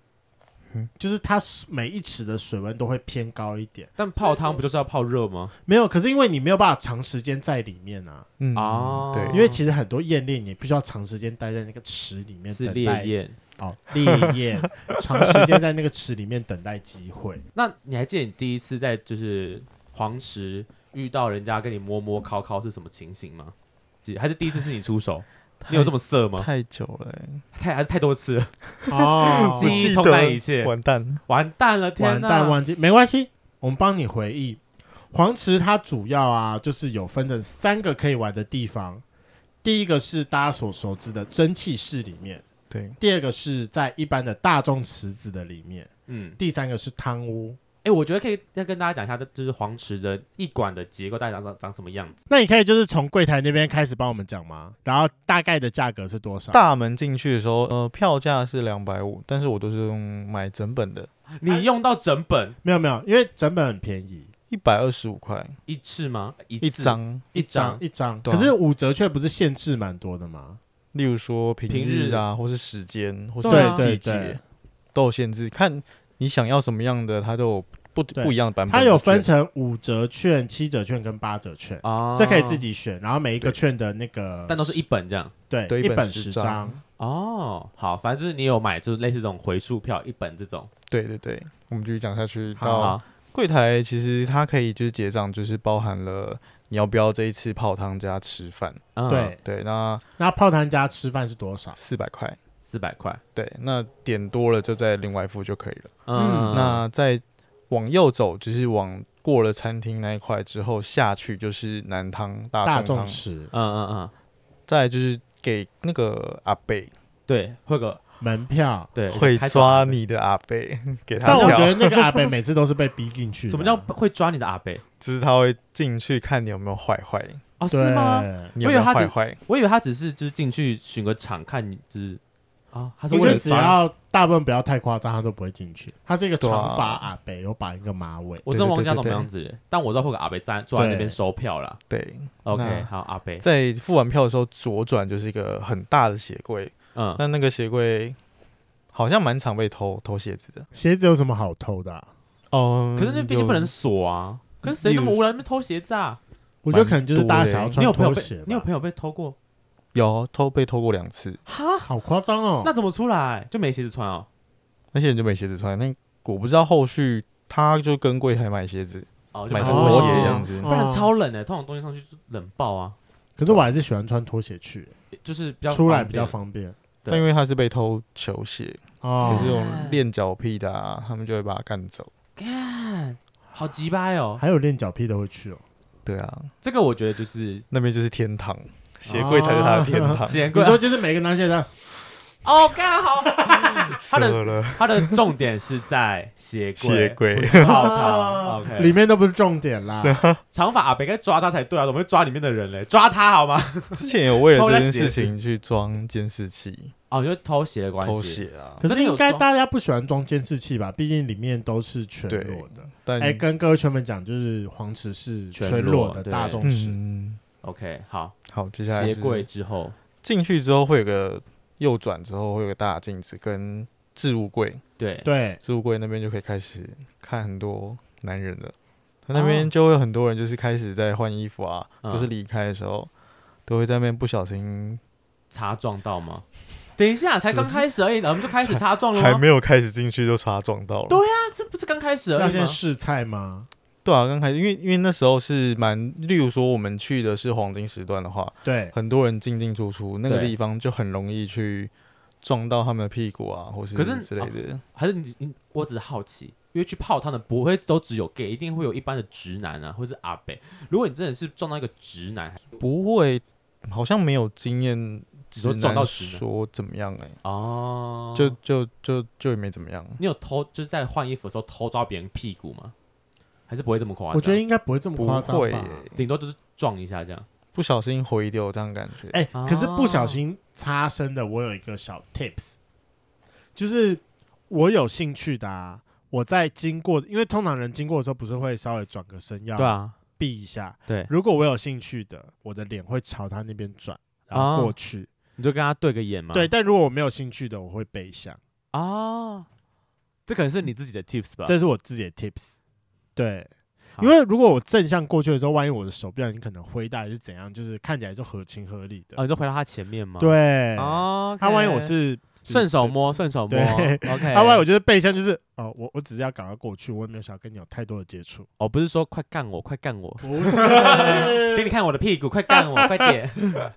[SPEAKER 3] 嗯
[SPEAKER 1] 就是它每一尺的水温都会偏高一点。
[SPEAKER 3] 但泡汤不就是要泡热吗？
[SPEAKER 1] 没有，可是因为你没有办法长时间在里面啊，
[SPEAKER 4] 嗯
[SPEAKER 3] 哦
[SPEAKER 4] 对，
[SPEAKER 1] 因为其实很多艳恋你必须要长时间待在那个池里面
[SPEAKER 3] 是
[SPEAKER 1] 等
[SPEAKER 3] 烈
[SPEAKER 1] 待
[SPEAKER 3] 焰。
[SPEAKER 1] 哦，烈焰，长时间在那个池里面等待机 会。
[SPEAKER 3] 那你还记得你第一次在就是黄石遇到人家跟你摸摸敲敲是什么情形吗？是还是第一次是你出手？你有这么色吗？
[SPEAKER 4] 太久了、欸，
[SPEAKER 3] 太还是太多次了，
[SPEAKER 1] 哦
[SPEAKER 3] 记忆冲淡一切，
[SPEAKER 4] 完蛋，
[SPEAKER 3] 完蛋了，天
[SPEAKER 1] 完
[SPEAKER 3] 哪！
[SPEAKER 1] 蛋，忘记没关系，我们帮你回忆。黄池它主要啊，就是有分成三个可以玩的地方。第一个是大家所熟知的蒸汽室里面，
[SPEAKER 4] 对，
[SPEAKER 1] 第二个是在一般的大众池子的里面，
[SPEAKER 3] 嗯，
[SPEAKER 1] 第三个是汤屋。
[SPEAKER 3] 哎、我觉得可以再跟大家讲一下，就是黄池的一馆的结构大概长长长什么样子。
[SPEAKER 1] 那你可以就是从柜台那边开始帮我们讲吗？然后大概的价格是多少？
[SPEAKER 4] 大门进去的时候，呃，票价是两百五，但是我都是用买整本的，
[SPEAKER 1] 啊
[SPEAKER 3] 你用到整本
[SPEAKER 1] 没有没有，因为整本很便宜，
[SPEAKER 4] 一百二十五块
[SPEAKER 3] 一次吗？一
[SPEAKER 4] 一
[SPEAKER 3] 一
[SPEAKER 4] 张。
[SPEAKER 3] 一张
[SPEAKER 1] 一张，
[SPEAKER 4] 对啊
[SPEAKER 1] 可是五折却不是限制蛮多的吗？
[SPEAKER 4] 例如说平
[SPEAKER 3] 平
[SPEAKER 4] 日
[SPEAKER 3] 日
[SPEAKER 4] 啊，或是时间，或
[SPEAKER 3] 对
[SPEAKER 4] 是
[SPEAKER 3] 啊
[SPEAKER 4] 季
[SPEAKER 1] 对对
[SPEAKER 4] 节，都有限制。看你想要什么样的，它都有不
[SPEAKER 1] 对
[SPEAKER 4] 不一样的版本的
[SPEAKER 1] 它
[SPEAKER 4] 券，
[SPEAKER 1] 有分成五折券、七折券跟八折券，
[SPEAKER 3] 啊，
[SPEAKER 1] 这可以自，己选。然后每一个券的那个，
[SPEAKER 3] 但都是一本这样。
[SPEAKER 1] 对
[SPEAKER 4] 对
[SPEAKER 1] 一
[SPEAKER 4] 一
[SPEAKER 1] 本
[SPEAKER 4] 本
[SPEAKER 1] 十
[SPEAKER 4] 十
[SPEAKER 1] 张
[SPEAKER 4] 张，
[SPEAKER 3] 哦，好，反正就是你有买，就是类似这种回数票一本这种。
[SPEAKER 4] 对对对，我们继续讲下去
[SPEAKER 1] 好
[SPEAKER 4] 到柜台，其实它可以就是结账，就是包含了你要不要这一次泡汤加吃饭，
[SPEAKER 3] 嗯，
[SPEAKER 1] 对，
[SPEAKER 4] 对，那
[SPEAKER 1] 那泡汤加吃饭是多少？
[SPEAKER 4] 四百块，
[SPEAKER 3] 四百块。
[SPEAKER 4] 对，那点多了就再另外付就可以了。
[SPEAKER 1] 嗯
[SPEAKER 4] 那再往右走，就是往过了餐厅那一块之后下去，就是南汤
[SPEAKER 1] 大
[SPEAKER 4] 大众
[SPEAKER 1] 众
[SPEAKER 4] 汤，
[SPEAKER 1] 池
[SPEAKER 3] 嗯嗯嗯，
[SPEAKER 4] 再来就是给那个阿贝
[SPEAKER 3] 对，会有个
[SPEAKER 1] 门票。
[SPEAKER 3] 对
[SPEAKER 4] 会
[SPEAKER 3] 开啊
[SPEAKER 4] 抓
[SPEAKER 3] 场的
[SPEAKER 4] 你的阿贝给他
[SPEAKER 1] 但我
[SPEAKER 4] 票
[SPEAKER 1] 觉，得那个阿北每次都是被逼进去的。
[SPEAKER 3] 什么叫会抓你的阿贝？
[SPEAKER 4] 就是他会进去看你有没有坏坏，
[SPEAKER 3] 哦，
[SPEAKER 1] 对？
[SPEAKER 3] 是吗？
[SPEAKER 4] 你有
[SPEAKER 3] 我以为
[SPEAKER 4] 没有
[SPEAKER 3] 他只
[SPEAKER 4] 坏坏，
[SPEAKER 3] 我以为他只是就是进去巡个场看你，就是啊，他是
[SPEAKER 1] 哦我觉
[SPEAKER 3] 为了
[SPEAKER 1] 得只
[SPEAKER 3] 抓你。
[SPEAKER 1] 要大部分不要太夸张，他都不会进去。他是一个
[SPEAKER 4] 对啊
[SPEAKER 1] 长发阿北，有绑一个马尾。
[SPEAKER 3] 我真的忘记他
[SPEAKER 4] 对对对
[SPEAKER 3] 什么样子了，但我知道会有个阿贝站坐在那边
[SPEAKER 1] 对
[SPEAKER 3] 收票啦。
[SPEAKER 4] 对。
[SPEAKER 3] OK，
[SPEAKER 4] 那
[SPEAKER 3] 好，阿贝，
[SPEAKER 4] 在付完票的时候，左转就是一个很大的鞋柜，
[SPEAKER 3] 嗯，
[SPEAKER 4] 但那个鞋柜好像蛮常被偷偷鞋子的。
[SPEAKER 1] 鞋子有什么好偷的啊、
[SPEAKER 4] 哦
[SPEAKER 3] 可是那毕竟不能锁啊，可是谁那么无聊在那边偷鞋子啊？
[SPEAKER 1] 我觉得可能就是大家想要
[SPEAKER 3] 你
[SPEAKER 1] 穿
[SPEAKER 3] 有朋友
[SPEAKER 1] 拖
[SPEAKER 3] 被
[SPEAKER 1] 鞋吧。
[SPEAKER 3] 你有朋友被偷过？
[SPEAKER 4] 哦有偷被偷过两次，
[SPEAKER 3] 哈，
[SPEAKER 1] 好夸张哦！
[SPEAKER 3] 那怎么出来？就没鞋子穿哦。
[SPEAKER 4] 那些人就没鞋子穿。那我不知道后续他就跟柜台买鞋子，
[SPEAKER 3] 哦，就
[SPEAKER 4] 买
[SPEAKER 3] 没
[SPEAKER 4] 拖
[SPEAKER 3] 东西
[SPEAKER 4] 鞋
[SPEAKER 1] 哦
[SPEAKER 4] 这样子
[SPEAKER 1] 哦
[SPEAKER 3] 不然超冷哎，通常东西上去就冷爆啊，
[SPEAKER 1] 可是我还是喜欢穿拖鞋去，
[SPEAKER 3] 就是比较
[SPEAKER 1] 出来
[SPEAKER 3] 方
[SPEAKER 1] 比
[SPEAKER 3] 便
[SPEAKER 1] 较方便。
[SPEAKER 3] 对
[SPEAKER 4] 但因为他是被偷球鞋，
[SPEAKER 1] 哦
[SPEAKER 4] 可是，有练脚癖的、啊，他们就会把他干走。
[SPEAKER 3] 干，好鸡掰哦！
[SPEAKER 1] 还有练脚癖的会去哦。
[SPEAKER 4] 对啊，
[SPEAKER 3] 这个我觉得 就是
[SPEAKER 4] 那边就是天堂，鞋柜才是他的天堂。
[SPEAKER 3] 钱
[SPEAKER 1] 你
[SPEAKER 3] 柜
[SPEAKER 1] 说就是每个男生这样
[SPEAKER 3] 哦，干好，他的
[SPEAKER 4] 色了
[SPEAKER 3] 它的重点是在鞋柜，
[SPEAKER 4] 鞋柜
[SPEAKER 3] 不是泡
[SPEAKER 1] 啊
[SPEAKER 3] 汤。
[SPEAKER 1] 里
[SPEAKER 3] OK，
[SPEAKER 1] 面都不是重点啦。
[SPEAKER 4] 啊
[SPEAKER 3] 长发阿北该抓他才对啊，怎么会抓里面的人嘞？抓他好吗？
[SPEAKER 4] 之前有为了
[SPEAKER 3] 偷
[SPEAKER 4] 这
[SPEAKER 3] 人
[SPEAKER 4] 件
[SPEAKER 3] 鞋
[SPEAKER 4] 事情去装监视器
[SPEAKER 3] 哦，因为偷鞋的关系。
[SPEAKER 4] 偷鞋啊，
[SPEAKER 1] 可
[SPEAKER 3] 真
[SPEAKER 1] 是
[SPEAKER 3] 的有
[SPEAKER 1] 应该
[SPEAKER 3] 装
[SPEAKER 1] 大家不喜欢装监视器吧？毕竟里面都是全
[SPEAKER 4] 对嗯
[SPEAKER 1] 裸的。
[SPEAKER 4] 但
[SPEAKER 1] 哎，跟各位圈粉讲，就是黄池是
[SPEAKER 3] 全
[SPEAKER 1] 全
[SPEAKER 3] 裸
[SPEAKER 1] 裸的
[SPEAKER 3] 对
[SPEAKER 1] 大众池，
[SPEAKER 4] 嗯，
[SPEAKER 3] OK，好，
[SPEAKER 4] 好，接下来
[SPEAKER 3] 鞋
[SPEAKER 4] 就是
[SPEAKER 3] 柜之后，
[SPEAKER 4] 进去之后会有个右转之后会有个大镜子跟置物柜，
[SPEAKER 3] 对，
[SPEAKER 1] 对，
[SPEAKER 4] 置物柜那边就可以开始看很多男人了。他那边就会有很多人就是开始在换衣服啊，
[SPEAKER 3] 嗯
[SPEAKER 4] 就是离开的时候都会在那边不小心
[SPEAKER 3] 擦撞到吗？等一下，才刚开始而已，我们就开始擦撞了吗？
[SPEAKER 4] 还没有开始进去就擦撞到了。
[SPEAKER 3] 对啊，这不是刚开始而
[SPEAKER 1] 要
[SPEAKER 3] 已吗
[SPEAKER 1] 先？试菜吗？
[SPEAKER 4] 对啊，刚开始因为因为那时候是蛮，例如说我们去的是黄金时段的话，
[SPEAKER 1] 对，
[SPEAKER 4] 很多人进进出出，那个
[SPEAKER 3] 对
[SPEAKER 4] 地方就很容易去撞到他们的屁股啊，或是
[SPEAKER 3] 可是啊
[SPEAKER 4] 之类的。
[SPEAKER 3] 还是你你？我只是好奇，因为去泡汤的不会都只有 gay，一定会有一般的直男啊，或是阿北。如果你真的是撞到一个直男，
[SPEAKER 4] 不会，好像没有经验，
[SPEAKER 3] 只说撞到直男
[SPEAKER 4] 说怎么样哎、
[SPEAKER 3] 哦，
[SPEAKER 4] 就就就就也没怎么样。
[SPEAKER 3] 你有偷就是在换衣服的时候偷抓别人屁股吗？还是不会这么夸张？
[SPEAKER 1] 我觉得应该不会这么
[SPEAKER 4] 不
[SPEAKER 1] 夸张
[SPEAKER 4] 会、
[SPEAKER 1] 吧？
[SPEAKER 3] 顶多就是撞一下这样。
[SPEAKER 4] 不小心回丢这样感觉。
[SPEAKER 1] 哎、
[SPEAKER 3] 啊
[SPEAKER 1] 可是不小心擦身的，我有一个小 tips，就是我有兴趣的啊，我在经过，因为通常人经过的时候不是会稍微转个身
[SPEAKER 3] 对
[SPEAKER 1] 要
[SPEAKER 3] 啊，
[SPEAKER 1] 避一下，
[SPEAKER 3] 对
[SPEAKER 1] 如果我有兴趣的，我的脸会朝他那边转，然
[SPEAKER 3] 啊
[SPEAKER 1] 后过去。
[SPEAKER 3] 你就跟他对个眼嘛。
[SPEAKER 1] 对，但如果我没有兴趣的，我会背向，
[SPEAKER 3] 啊，这可能是你自己的 tips 吧。
[SPEAKER 1] 这是我自己的 tips。对，
[SPEAKER 3] 啊好
[SPEAKER 1] 因为如果我正向过去的时候，万一我的手不小心可能挥到还是怎样，就是看起来就合情合理的。
[SPEAKER 3] 哦，你就回到他前面嘛。
[SPEAKER 1] 对，
[SPEAKER 3] 哦，
[SPEAKER 1] 他万一我是
[SPEAKER 3] 顺手摸，顺手摸。
[SPEAKER 1] 对
[SPEAKER 3] OK，
[SPEAKER 1] 他万一我就是背向，就是哦，我我只是要赶快过去，我也没有想要跟你有太多的接 触。
[SPEAKER 3] 哦，不是说快干我，快干 我，哎
[SPEAKER 1] 不是，
[SPEAKER 3] 给你看我的屁股，快干我，快点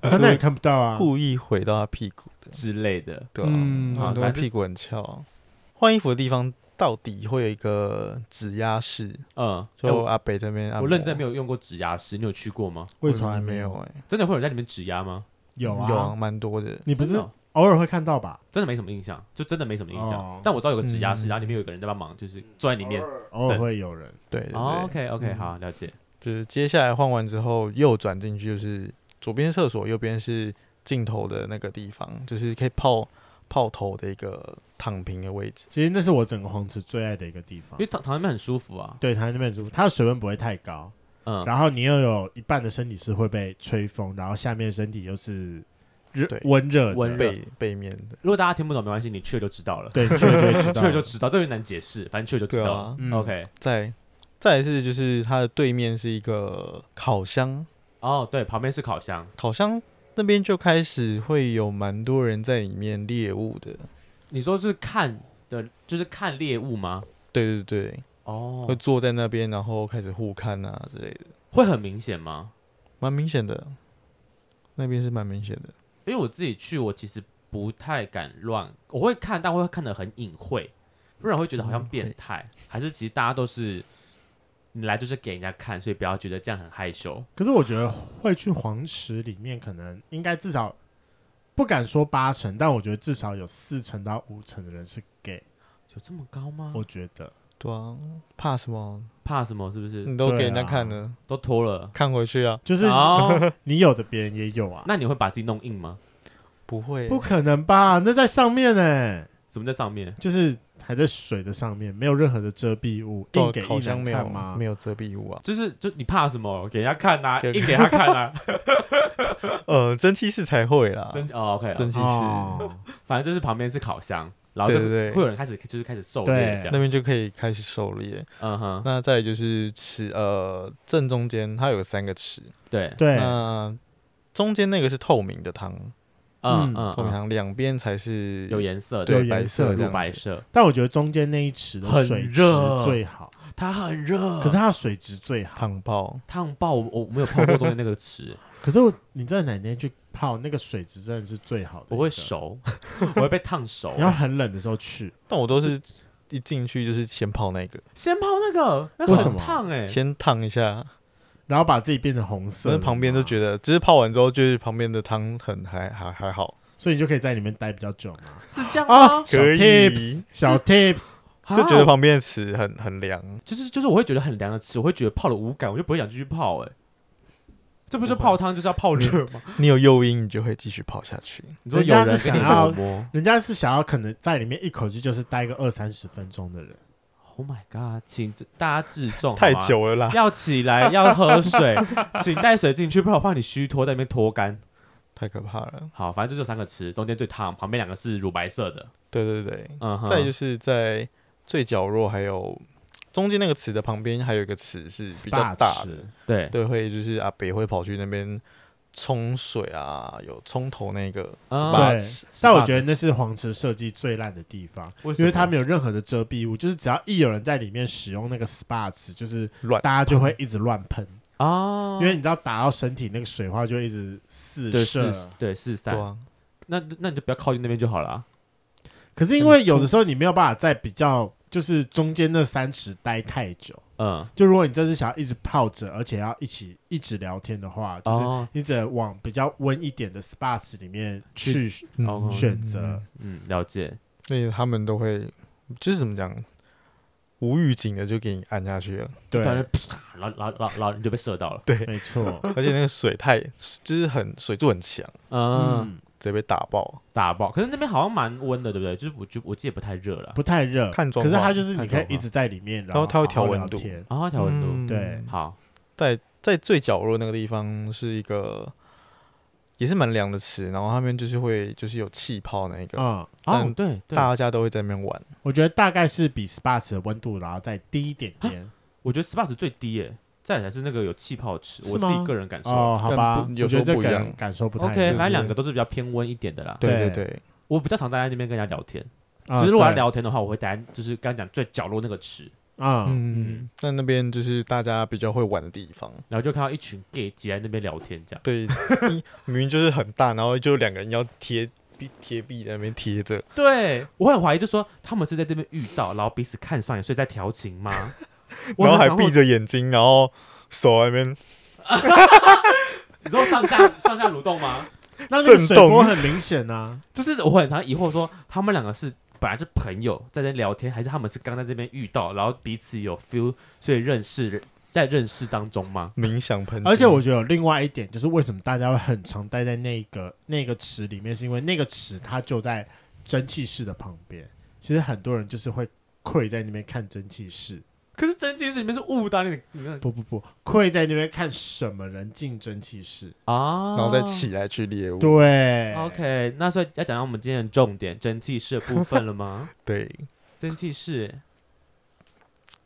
[SPEAKER 1] 那也看不到啊。
[SPEAKER 4] 故意回到他屁股的，
[SPEAKER 3] 之类的。
[SPEAKER 4] 对啊，
[SPEAKER 1] 嗯
[SPEAKER 4] 很多
[SPEAKER 3] 好
[SPEAKER 4] 人屁股很翘啊。换衣服的地方到底会有一个指压室，
[SPEAKER 3] 嗯，
[SPEAKER 4] 就
[SPEAKER 3] 哎
[SPEAKER 4] 阿北这边按摩。
[SPEAKER 3] 我我认真没
[SPEAKER 4] 有，
[SPEAKER 3] 有用过指压师，你有去过吗？
[SPEAKER 1] 我也
[SPEAKER 4] 从
[SPEAKER 1] 从来
[SPEAKER 4] 来没
[SPEAKER 1] 没
[SPEAKER 4] 有
[SPEAKER 1] 有，
[SPEAKER 4] 哎、
[SPEAKER 3] 真的会有人在里面指压吗？
[SPEAKER 1] 有啊
[SPEAKER 4] 有啊，蛮多的。
[SPEAKER 1] 你不
[SPEAKER 3] 真
[SPEAKER 1] 是
[SPEAKER 3] 的哦
[SPEAKER 1] 偶尔会看到吧？
[SPEAKER 3] 真的没什么印象，就真的没什么印象。
[SPEAKER 1] 哦
[SPEAKER 3] 但我知道有个指压室，
[SPEAKER 4] 嗯
[SPEAKER 3] 然后里面有一个人在帮忙，就是坐在里面。
[SPEAKER 1] 偶尔会有人。
[SPEAKER 4] 对对对，
[SPEAKER 3] 哦，OK OK，
[SPEAKER 4] 嗯
[SPEAKER 3] 好，了解。
[SPEAKER 4] 就是接下来换完之后，右转进去就是左边是厕所，右边是镜头的那个地方，就是可以泡泡头的一个躺平的位置。
[SPEAKER 1] 其实那是我整个黄池最爱的一个地
[SPEAKER 3] 因
[SPEAKER 1] 方
[SPEAKER 3] 为。躺躺在那边很舒服啊。
[SPEAKER 1] 对，它那边很舒服，它的水温不会太高，
[SPEAKER 3] 嗯，
[SPEAKER 1] 然后你又有一半的身体是会被吹风，然后下面的身体又是热
[SPEAKER 4] 对
[SPEAKER 1] 温热的
[SPEAKER 3] 温热
[SPEAKER 4] 背背面的，
[SPEAKER 3] 如果大家听不懂没关系，你去了就知道了，
[SPEAKER 1] 对，去了就会知
[SPEAKER 3] 去
[SPEAKER 1] 道，
[SPEAKER 3] 了就知道，这有点难解释，反正去了就知
[SPEAKER 4] 对
[SPEAKER 3] 道了。
[SPEAKER 4] 啊。
[SPEAKER 1] 嗯
[SPEAKER 3] OK，
[SPEAKER 4] 再再来是就是它的对面是一个烤箱，
[SPEAKER 3] 哦，对，旁边是烤箱，
[SPEAKER 4] 烤箱那边就开始会有蛮多人在里面猎物的。
[SPEAKER 3] 你说是看的，就是看猎物吗？
[SPEAKER 4] 对对对，
[SPEAKER 3] 哦
[SPEAKER 4] 会，坐在那边，然后开始互看啊之类的，
[SPEAKER 3] 会很明显吗？
[SPEAKER 4] 蛮明显的。那边是蛮明显的，
[SPEAKER 3] 因为我自己去，我其实不太敢乱，我会看，但我会看得很隐晦，不然我会觉得好像变态，还是其实大家都是你来就是给人家看，所以不要觉得这样很害羞。
[SPEAKER 1] 可是我觉得会去黄石里面，可能应该至少不敢说八成，但我觉得至少有四成到五成的人是 gay。
[SPEAKER 3] 有这么高吗？
[SPEAKER 1] 我觉得
[SPEAKER 4] 对啊，怕什么？
[SPEAKER 3] 怕什么？是不是、
[SPEAKER 4] 你都
[SPEAKER 1] 对
[SPEAKER 4] 给人家
[SPEAKER 1] 啊
[SPEAKER 4] 看了，
[SPEAKER 3] 都脱了？
[SPEAKER 4] 看回去啊，
[SPEAKER 1] 就是
[SPEAKER 3] 哦，
[SPEAKER 1] 你有的别人也有啊，
[SPEAKER 3] 那你会把自己弄硬吗？
[SPEAKER 4] 不会
[SPEAKER 1] 不可能吧？那在上面呢、
[SPEAKER 3] 什么在上面？
[SPEAKER 1] 就是还在水的上面，没有任何的遮蔽物，
[SPEAKER 4] 对啊
[SPEAKER 1] 硬给
[SPEAKER 4] 烤
[SPEAKER 1] 一
[SPEAKER 4] 箱
[SPEAKER 1] 人
[SPEAKER 4] 没
[SPEAKER 1] 看
[SPEAKER 4] 有
[SPEAKER 1] 吗
[SPEAKER 4] 没？有遮蔽物啊。
[SPEAKER 3] 就是就你怕什么？给人家看啊，
[SPEAKER 4] 给
[SPEAKER 3] 硬给他看啊，
[SPEAKER 4] 呃，蒸汽室才会啦，
[SPEAKER 3] 真哦 OK，
[SPEAKER 4] 蒸汽室
[SPEAKER 1] 哦，
[SPEAKER 3] 反正就是旁边是烤箱，然后就
[SPEAKER 4] 对对对
[SPEAKER 3] 会有人开始就是开始狩猎
[SPEAKER 1] 对
[SPEAKER 3] 这样，
[SPEAKER 4] 那边就可以开始狩猎。
[SPEAKER 3] 嗯哼，
[SPEAKER 4] 那再来就是池，呃，正中间它有三个池，
[SPEAKER 3] 对，
[SPEAKER 1] 对，
[SPEAKER 4] 那中间那个是透明的汤，
[SPEAKER 3] 嗯
[SPEAKER 1] 嗯
[SPEAKER 3] 嗯
[SPEAKER 4] 透明
[SPEAKER 3] 嗯，
[SPEAKER 4] 汤两边才是
[SPEAKER 3] 有颜色的
[SPEAKER 1] 对
[SPEAKER 4] 对
[SPEAKER 1] 有
[SPEAKER 4] 白
[SPEAKER 1] 颜色
[SPEAKER 4] 色这
[SPEAKER 3] 乳
[SPEAKER 4] 样
[SPEAKER 3] 白
[SPEAKER 4] 子
[SPEAKER 3] 色，
[SPEAKER 1] 但我觉得中间那一池的
[SPEAKER 3] 很
[SPEAKER 1] 水质
[SPEAKER 3] 热
[SPEAKER 1] 最好，
[SPEAKER 4] 嗯
[SPEAKER 3] 它很热，
[SPEAKER 1] 可是它的水质最好。
[SPEAKER 4] 烫泡，
[SPEAKER 3] 烫爆我，我没有泡过中间那 个池，
[SPEAKER 1] 可是我你真的哪天去泡那个水质真的是最好的，
[SPEAKER 3] 我会。熟， 我会被烫熟
[SPEAKER 1] 你。要很冷的时候去，
[SPEAKER 4] 但我都是一进去就是先泡那个，
[SPEAKER 3] 先泡那个，那
[SPEAKER 1] 为什
[SPEAKER 3] 很
[SPEAKER 1] 么
[SPEAKER 3] 烫哎，
[SPEAKER 4] 先烫一下，
[SPEAKER 1] 然后把自己变成红色的
[SPEAKER 4] 但是
[SPEAKER 1] 嘛，
[SPEAKER 4] 旁边都觉得，就是泡完之后，就是旁边的汤很还还还好，
[SPEAKER 1] 所以你就可以在里面待比较久嘛。
[SPEAKER 3] 是这样
[SPEAKER 1] 啊，
[SPEAKER 3] 吗？
[SPEAKER 1] 小
[SPEAKER 4] 哦可以
[SPEAKER 1] tips，小 tips，
[SPEAKER 4] 就
[SPEAKER 1] 哦
[SPEAKER 4] 觉得
[SPEAKER 3] 啊
[SPEAKER 4] 旁边的池很很凉。
[SPEAKER 3] 就是就是我会觉得很凉的池，我会觉得泡了无感，我就不会想继续泡哎。这不是
[SPEAKER 4] 不会
[SPEAKER 3] 泡汤就是要泡热 吗？
[SPEAKER 4] 你有诱因，你就会继续泡下去。
[SPEAKER 3] 你说
[SPEAKER 1] 人
[SPEAKER 3] 有
[SPEAKER 1] 家
[SPEAKER 3] 人
[SPEAKER 1] 是
[SPEAKER 3] 跟你
[SPEAKER 1] 想要
[SPEAKER 3] 抚摸
[SPEAKER 1] 人家是想要可能在里面一口气就是待个二三十分钟的人，
[SPEAKER 3] ，Oh my god，请大家自重，
[SPEAKER 4] 太
[SPEAKER 3] 好吗
[SPEAKER 4] 久了啦，
[SPEAKER 3] 要起 来，要喝水，请带水进去，不然我怕你虚脱在那边脱干。
[SPEAKER 4] 太可怕了。
[SPEAKER 3] 好，反正就是有三个池，中间最烫，旁边两个是乳白色的。
[SPEAKER 4] 对对对，
[SPEAKER 3] 嗯哼，
[SPEAKER 4] 再就是在最角落，还有中间那个池的旁边，还有一个池是比较
[SPEAKER 1] SPA
[SPEAKER 4] 大的，
[SPEAKER 1] 池
[SPEAKER 3] 对，
[SPEAKER 4] 对，会就是阿北会跑去那边冲水啊，有冲头那个
[SPEAKER 3] 啊
[SPEAKER 4] SPA
[SPEAKER 1] 对
[SPEAKER 4] 池，
[SPEAKER 1] 但我觉得那是黄池设计最烂的地方，
[SPEAKER 3] 为
[SPEAKER 1] 因为它
[SPEAKER 3] 他
[SPEAKER 1] 没有任何的遮蔽物，就是只要一有人在里面使用那个 SPA 池，就是
[SPEAKER 4] 乱
[SPEAKER 1] 大家就会一直乱喷，
[SPEAKER 3] 啊，
[SPEAKER 4] 哦
[SPEAKER 1] 因为你知道打到身体那个水花就会一直四
[SPEAKER 3] 对
[SPEAKER 1] 射。
[SPEAKER 3] 四对四
[SPEAKER 4] 对
[SPEAKER 3] 三，
[SPEAKER 4] 啊，
[SPEAKER 3] 那那你就不要靠近那边就好了啊。
[SPEAKER 1] 可是因为有的时候你没有办法在比较就是中间那三尺待太久，
[SPEAKER 3] 嗯，
[SPEAKER 1] 就如果你真是想要一直泡着，而且要一起一直聊天的话，就是
[SPEAKER 3] 哦，
[SPEAKER 1] 你只能往比较温一点的 SPA 池里面去
[SPEAKER 3] 哦
[SPEAKER 1] 选择。
[SPEAKER 3] 嗯，了解。
[SPEAKER 4] 所以嗯他们都会就是怎么讲，无预警的就给你按下去了，
[SPEAKER 3] 突然
[SPEAKER 1] 对，
[SPEAKER 3] 就 啪，然后然后然后然后你就被射到了。
[SPEAKER 1] 没错。
[SPEAKER 4] 而且那个水太就是很水柱很强，
[SPEAKER 3] 嗯，
[SPEAKER 1] 嗯，
[SPEAKER 4] 直接被打爆。
[SPEAKER 3] 打爆。可是那边好像蛮温的，对不对？就是我就我记得不太热了。
[SPEAKER 1] 不太热，
[SPEAKER 4] 看
[SPEAKER 1] 可
[SPEAKER 4] 状
[SPEAKER 1] 是
[SPEAKER 4] 况
[SPEAKER 1] 它就是你
[SPEAKER 3] 看
[SPEAKER 1] 可
[SPEAKER 3] 状
[SPEAKER 1] 以一直在里面，然
[SPEAKER 4] 它
[SPEAKER 1] 后
[SPEAKER 4] 它
[SPEAKER 1] 好好
[SPEAKER 4] 会调温
[SPEAKER 1] 聊
[SPEAKER 4] 度
[SPEAKER 1] 天
[SPEAKER 3] 啊，调温度。
[SPEAKER 4] 嗯
[SPEAKER 1] 对
[SPEAKER 3] 好，
[SPEAKER 4] 在在最角落那个地方是一个也是蛮凉的池，然后他们就是会就是有气泡那一个，
[SPEAKER 1] 嗯，
[SPEAKER 3] 哦
[SPEAKER 4] 但，
[SPEAKER 3] 对对，
[SPEAKER 4] 大家都会在那边玩。
[SPEAKER 1] 我觉得大概是比 SPA 池的温度然后再低一点点。
[SPEAKER 3] 我觉得 SPA 值最低耶，再来才是那个有气泡池，
[SPEAKER 1] 是
[SPEAKER 3] 我
[SPEAKER 1] 吗
[SPEAKER 3] 自己个人感受。
[SPEAKER 1] 哦，好吧
[SPEAKER 4] 但，不
[SPEAKER 1] 我
[SPEAKER 4] 有
[SPEAKER 1] 觉
[SPEAKER 4] 时
[SPEAKER 1] 得
[SPEAKER 4] 候
[SPEAKER 1] 这
[SPEAKER 4] 不一
[SPEAKER 1] 个
[SPEAKER 4] 样
[SPEAKER 1] 人感受不太
[SPEAKER 3] OK，
[SPEAKER 1] 一样
[SPEAKER 3] 反正两个都是比较偏温一点的啦。
[SPEAKER 4] 对对
[SPEAKER 1] 对
[SPEAKER 4] 对，
[SPEAKER 3] 我比较常待在那边跟人家聊天，
[SPEAKER 1] 嗯
[SPEAKER 3] 就是如果要
[SPEAKER 1] 对
[SPEAKER 3] 聊天的话，我会待就是刚才讲最角落那个池，哦
[SPEAKER 1] 嗯，
[SPEAKER 4] 嗯，那那边就是大家比较会玩的地方。
[SPEAKER 3] 然后就看到一群 gay 挤在那边聊天这样。
[SPEAKER 4] 对，你明明就是很大，然后就两个人要贴壁贴壁在那边贴着，
[SPEAKER 3] 对我很怀疑，就说他们是在这边遇到，然后彼此看上眼，所以在调情 吗？我
[SPEAKER 4] 然后
[SPEAKER 3] 很
[SPEAKER 4] 还
[SPEAKER 3] 常会
[SPEAKER 4] 闭，着眼睛，然后手在那边
[SPEAKER 3] 你知道上下上下蠕动吗？
[SPEAKER 1] 那那个
[SPEAKER 4] 震
[SPEAKER 1] 水
[SPEAKER 4] 动
[SPEAKER 1] 波很明显啊呐，
[SPEAKER 3] 就是我很常疑惑说，他们两个是本来是朋友在这聊天，还是他们是刚在这边遇到，然后彼此有 feel，所以认识在认识当中吗？
[SPEAKER 4] 冥想喷。
[SPEAKER 1] 而且我觉得有另外一点就是为什么大家会很常待在那个那个池里面，是因为那个池它就在蒸汽室的旁边。其实很多人就是会跪在那边看蒸汽室，
[SPEAKER 3] 可是蒸汽室里面是雾的啊，你你看
[SPEAKER 1] 不不不，会在那边看什么人进蒸汽室？
[SPEAKER 3] 啊，
[SPEAKER 4] 然后再起来去猎物。
[SPEAKER 1] 对
[SPEAKER 3] OK，那所以要讲到我们今天的重点蒸汽室的部分了吗？
[SPEAKER 4] 对，
[SPEAKER 3] 蒸汽室，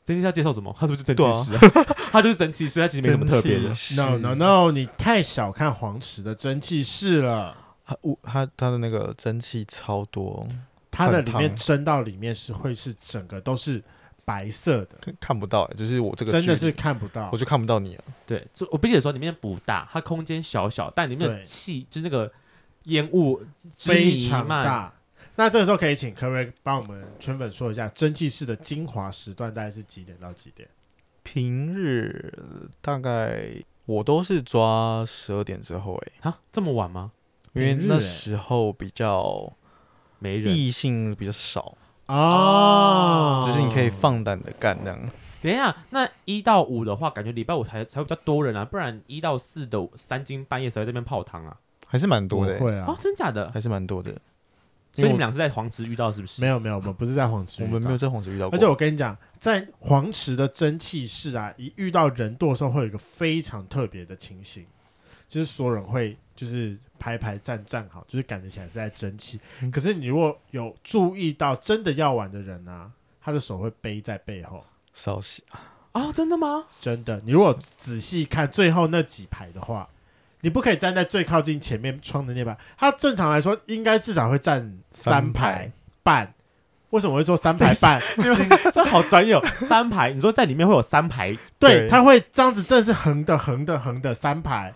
[SPEAKER 3] 蒸汽室要介绍什么？它是不是就
[SPEAKER 4] 对
[SPEAKER 3] 蒸
[SPEAKER 4] 啊
[SPEAKER 3] 汽室、啊？ 它就是蒸汽室，它其实没什么特别的
[SPEAKER 4] 蒸。汽
[SPEAKER 1] No
[SPEAKER 4] 室
[SPEAKER 1] no no！你太小看黄池的蒸汽室了，
[SPEAKER 4] 它雾它它的那个蒸汽超多，
[SPEAKER 1] 它的
[SPEAKER 4] 很
[SPEAKER 1] 里
[SPEAKER 4] 烫
[SPEAKER 1] 面蒸到里面是会是整个都是白色的，
[SPEAKER 4] 看看不到、欸，就是我这个
[SPEAKER 1] 真的
[SPEAKER 4] 距离
[SPEAKER 1] 是看不到
[SPEAKER 4] 我。就看不到你了。
[SPEAKER 3] 对，就我必须得说，里面不大，它空间小小，但里面的
[SPEAKER 1] 对
[SPEAKER 3] 气就是那个烟雾之
[SPEAKER 1] 非
[SPEAKER 3] 弥
[SPEAKER 1] 常
[SPEAKER 3] 漫。
[SPEAKER 1] 大。那这个时候可以请科瑞帮我们圈粉说一下蒸汽室的精华时段大概是几点到几点？
[SPEAKER 4] 平日呃大概我都是抓十二点之后、欸，
[SPEAKER 3] 啊，这么晚吗？
[SPEAKER 4] 因为
[SPEAKER 1] 平日欸
[SPEAKER 4] 那时候比较
[SPEAKER 3] 没人。
[SPEAKER 4] 异性比较少，
[SPEAKER 1] 哦，
[SPEAKER 4] 就是你可以放胆的干这样。
[SPEAKER 3] 等一下，那一到五的话，感觉礼拜五才才会比较多人啊，不然一到四的三更半夜谁会在那边泡汤啊？
[SPEAKER 4] 还是蛮多的、
[SPEAKER 1] 不
[SPEAKER 4] 欸，
[SPEAKER 1] 会
[SPEAKER 3] 哦
[SPEAKER 1] 啊，，
[SPEAKER 3] 真假的？
[SPEAKER 4] 还是蛮多的。
[SPEAKER 3] 所以你
[SPEAKER 4] 因为
[SPEAKER 3] 们俩是在黄池遇到是不是？
[SPEAKER 1] 没有没有，我们不是在黄池，
[SPEAKER 4] 我们没有。在红石遇到过，
[SPEAKER 1] 而且我跟你讲，在黄池的蒸汽室啊，一遇到人多的时候，会有一个非常特别的情形，就是所有人会就是排排站站好，就是感觉起来是在蒸汽。
[SPEAKER 4] 嗯
[SPEAKER 1] 可是你如果有注意到真的要玩的人啊，他的手会背在背后。
[SPEAKER 4] 稍息，
[SPEAKER 3] 哦，真的吗？
[SPEAKER 1] 真的，你如果仔细看最后那几排的话，你不可以站在最靠近前面窗的那排。它正常来说应该至少会站三
[SPEAKER 4] 三
[SPEAKER 1] 排
[SPEAKER 4] 排
[SPEAKER 1] 半。为什么我会说三排半？
[SPEAKER 3] 这好专有，三排。你说在里面会有三排，
[SPEAKER 1] 对，
[SPEAKER 4] 对
[SPEAKER 1] 它会这样子，正是横的、横的、横的三排，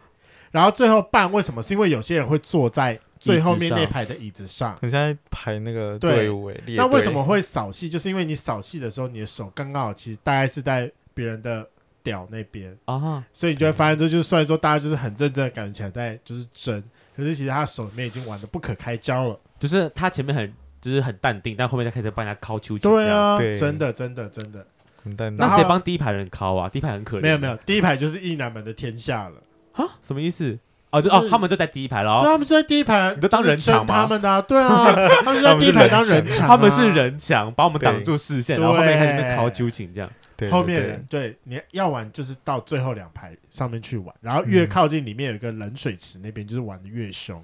[SPEAKER 1] 然后最后半为什么？是因为有些人会坐在最后面那排的椅子上。
[SPEAKER 4] 很像在排那个
[SPEAKER 1] 对
[SPEAKER 4] 队伍、欸，猎
[SPEAKER 1] 那为
[SPEAKER 4] 队
[SPEAKER 1] 什么会扫戏？就是因为你扫戏的时候，你的手刚刚好，其实大概是在别人的屌那边。
[SPEAKER 3] 啊，
[SPEAKER 1] 所以你就会发现，这就是虽然说大家就是很认真的感觉起来在就是争，可是其实他手里面已经玩的不可开交了。
[SPEAKER 3] 就是他前面很就是很淡定，但后面再开始帮人家敲秋千。
[SPEAKER 1] 对，啊，
[SPEAKER 4] 对
[SPEAKER 1] 真的真的真的，
[SPEAKER 4] 很淡
[SPEAKER 3] 那
[SPEAKER 1] 然后
[SPEAKER 3] 谁帮第一排人敲啊？第一排很可怜。
[SPEAKER 1] 没有没有，第一排就是意南门的天下了。
[SPEAKER 3] 啊，什么意思？哦，就
[SPEAKER 1] 就
[SPEAKER 3] 哦，
[SPEAKER 1] 是
[SPEAKER 3] 他们就在第一排了
[SPEAKER 1] 对，啊
[SPEAKER 3] 哦，
[SPEAKER 1] 他们就在第一排，
[SPEAKER 3] 你都当人场吗
[SPEAKER 1] 他们的啊，对啊，他们就在第一排当人场啊，
[SPEAKER 3] 他们是人墙，把我们挡住视线，
[SPEAKER 1] 对
[SPEAKER 3] 然后后面开始在那边敲秋千这样。
[SPEAKER 4] 对
[SPEAKER 1] 后面人，对，你要玩就是到最后两排上面去玩，然后越
[SPEAKER 4] 嗯
[SPEAKER 1] 靠近里面有一个冷水池，那边就是玩的越凶，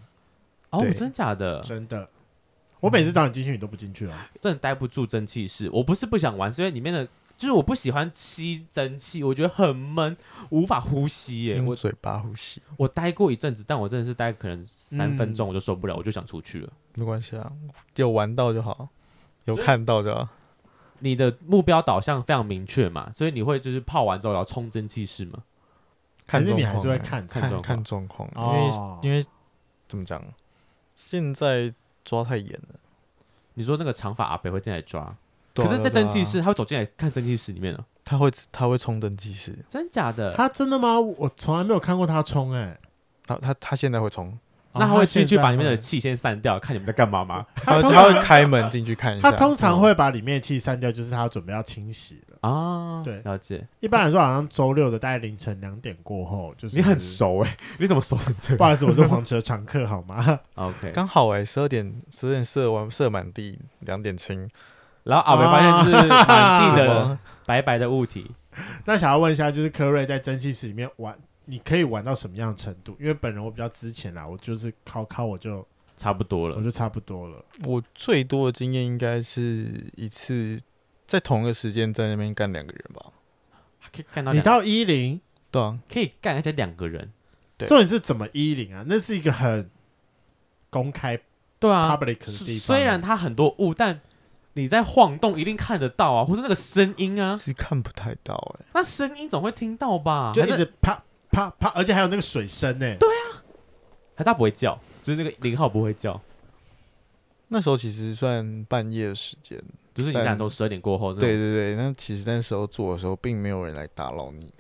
[SPEAKER 3] 哦，
[SPEAKER 4] 对
[SPEAKER 3] 真假的，
[SPEAKER 1] 真的。我每次找你进去，你都不进去哦。
[SPEAKER 3] 真的待不住蒸汽室。我不是不想玩，是因为里面的。就是我不喜欢吸蒸汽，我觉得很闷，无法呼吸
[SPEAKER 4] 对
[SPEAKER 3] 耶。
[SPEAKER 4] 对
[SPEAKER 1] 嗯
[SPEAKER 4] 用
[SPEAKER 3] 我
[SPEAKER 4] 嘴巴呼吸，
[SPEAKER 3] 我待过一阵子，但我真的是待可能三分
[SPEAKER 1] 嗯
[SPEAKER 3] 钟我就受不了，我就想出去了。
[SPEAKER 4] 没关系啊，有玩到就好，有看到就好。
[SPEAKER 3] 你的目标导向非常明确嘛，所以你会就是泡完之后然后冲蒸汽室嘛？
[SPEAKER 1] 可
[SPEAKER 4] 看
[SPEAKER 1] 是
[SPEAKER 4] 状
[SPEAKER 1] 你
[SPEAKER 4] 况
[SPEAKER 1] 还是会
[SPEAKER 4] 啊
[SPEAKER 1] 看
[SPEAKER 3] 看状
[SPEAKER 4] 看
[SPEAKER 3] 况
[SPEAKER 4] 看状况，因为
[SPEAKER 1] 哦，
[SPEAKER 4] 因为怎么讲，现在抓太严了。
[SPEAKER 3] 你说那个长发阿北会进来抓，
[SPEAKER 4] 对啊
[SPEAKER 3] 可是，在
[SPEAKER 4] 对啊
[SPEAKER 3] 蒸汽室，他会走进来看蒸汽室里面哦了，
[SPEAKER 4] 他会他会冲蒸汽室，
[SPEAKER 3] 真假的？
[SPEAKER 1] 他真的吗？我从来没有看过他冲哎、
[SPEAKER 4] 他他他现在会冲，
[SPEAKER 3] 那他会进去
[SPEAKER 1] 哦
[SPEAKER 3] 把里面的，气先散掉，看你们在干嘛吗？
[SPEAKER 1] 他
[SPEAKER 4] 他会
[SPEAKER 1] 通
[SPEAKER 4] 他
[SPEAKER 1] 常
[SPEAKER 4] 会开门进去看一
[SPEAKER 1] 他
[SPEAKER 4] 下。嗯
[SPEAKER 1] 通常会把里面的气删掉，就是他准备要清洗了。
[SPEAKER 3] 啊，
[SPEAKER 1] 对
[SPEAKER 3] 了解。
[SPEAKER 1] 一般来说，好像周六的大概凌晨两点过后，就是
[SPEAKER 3] 你很。熟哎、你怎么熟成这
[SPEAKER 1] 不
[SPEAKER 3] 样
[SPEAKER 1] 好意思，我是黄车常客，好吗？
[SPEAKER 3] ？OK。
[SPEAKER 4] 刚好哎、欸，十二点十二点射完射满地，两点清，
[SPEAKER 3] 然后阿北发现就是满地
[SPEAKER 4] 啊什
[SPEAKER 3] 的
[SPEAKER 4] 么
[SPEAKER 3] 白白的物体，
[SPEAKER 1] 那想要问一下，就是科瑞在蒸汽室里面玩，你可以玩到什么样的程度？因为本人我比较之前啦，啊我就是靠靠我就
[SPEAKER 3] 差不多了
[SPEAKER 1] 我。就差不多了。
[SPEAKER 4] 我最多的经验应该是一次在同一个时间在那边干两个人吧。
[SPEAKER 3] 可以干到
[SPEAKER 1] 你
[SPEAKER 3] 两，
[SPEAKER 1] 到一零，
[SPEAKER 4] 对啊，
[SPEAKER 3] 可以干而且两个人。
[SPEAKER 4] 对
[SPEAKER 1] 重点是怎么一零啊？那是一个很公开
[SPEAKER 3] 对啊，
[SPEAKER 1] public 的地方。
[SPEAKER 3] 虽然它很多雾，但你在晃动一定看得到啊，或是那个声音啊，
[SPEAKER 4] 是看不太到哎、
[SPEAKER 3] 那声音总会听到吧？
[SPEAKER 1] 就
[SPEAKER 3] 还
[SPEAKER 1] 一
[SPEAKER 3] 是
[SPEAKER 1] 直啪啪啪，而且还有那个水声欸呢。对，
[SPEAKER 3] 还是他不会叫，就是那个零号不会叫，
[SPEAKER 4] 那时候其实算半夜的时间，
[SPEAKER 3] 就是你
[SPEAKER 4] 但
[SPEAKER 3] 想从十二点过后那种，
[SPEAKER 4] 对对对，那其实那时候做的时候，并没有人来打扰你，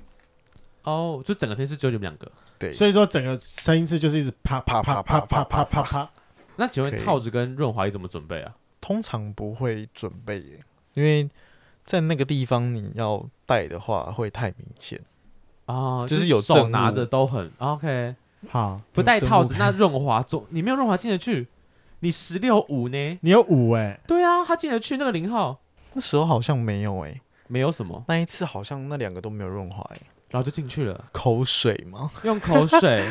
[SPEAKER 3] 哦，就整个城市只有你们两个。
[SPEAKER 4] 对，
[SPEAKER 1] 所以说整个声音是就是一直啪啪啪啪啪啪啪啪。
[SPEAKER 3] 那请问
[SPEAKER 4] 可以
[SPEAKER 3] 套子跟润滑液怎么准备啊？
[SPEAKER 4] 通常不会准备耶，因为在那个地方你要带的话会太明显，
[SPEAKER 3] 啊，
[SPEAKER 4] 哦就是
[SPEAKER 3] 是
[SPEAKER 4] 有证
[SPEAKER 3] 手
[SPEAKER 4] 物
[SPEAKER 3] 拿着都很哦 OK，
[SPEAKER 1] 好，
[SPEAKER 3] 不戴套子
[SPEAKER 4] 证物
[SPEAKER 3] 那润滑总你没有润滑进得去，你十六五呢？
[SPEAKER 1] 你有五哎，
[SPEAKER 3] 对啊，他进得去那个零号
[SPEAKER 4] 那时候好像没有哎，
[SPEAKER 3] 没有什么，
[SPEAKER 4] 那一次好像那两个都没有润滑、欸，
[SPEAKER 3] 然后就进去了，
[SPEAKER 4] 口水吗？
[SPEAKER 3] 用口 水。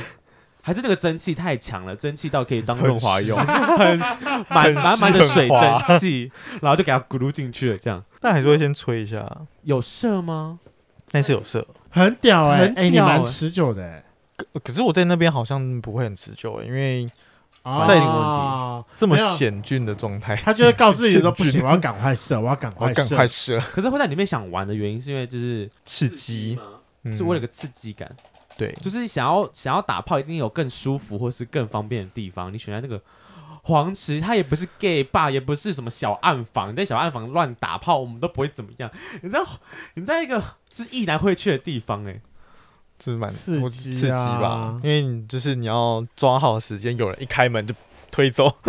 [SPEAKER 3] 还是那个蒸汽太强了，蒸汽到可以当润滑用，很满
[SPEAKER 4] 很
[SPEAKER 3] 满满的水
[SPEAKER 4] 湿很
[SPEAKER 3] 蒸气，然后就给它咕噜进去了。这样
[SPEAKER 4] 但还是会先吹一下。
[SPEAKER 3] 有射吗？
[SPEAKER 4] 那次有射，
[SPEAKER 1] 很屌哎、
[SPEAKER 3] 很
[SPEAKER 1] 哎、你
[SPEAKER 3] 屌欸
[SPEAKER 1] 蛮持久的、欸，
[SPEAKER 4] 可可是我在那边好像不会很持久、欸，因为
[SPEAKER 1] 哦
[SPEAKER 4] 在
[SPEAKER 3] 问
[SPEAKER 4] 这么
[SPEAKER 1] 没有
[SPEAKER 4] 险峻的状态，
[SPEAKER 1] 他就会告诉你说不
[SPEAKER 4] 险峻
[SPEAKER 1] 行，我要赶快射，我要赶
[SPEAKER 4] 我
[SPEAKER 1] 快
[SPEAKER 4] 赶
[SPEAKER 1] 射，
[SPEAKER 4] 快射，
[SPEAKER 3] 可是会在里面想玩的原因是因为就是
[SPEAKER 4] 刺激，嗯
[SPEAKER 3] 是为了个刺激感，
[SPEAKER 4] 对，
[SPEAKER 3] 就是想要想要打炮，一定有更舒服或是更方便的地方。你选在那个黄池，它也不是 gay 吧，也不是什么小暗房，你在小暗房乱打炮，我们都不会怎么样。你在你在一个就是异男会去的地方、欸，哎，
[SPEAKER 4] 就是蛮
[SPEAKER 1] 刺
[SPEAKER 4] 我
[SPEAKER 1] 激
[SPEAKER 4] 刺激吧
[SPEAKER 1] 啊，
[SPEAKER 4] 因为你就是你要抓好时间，有人一开门就推走，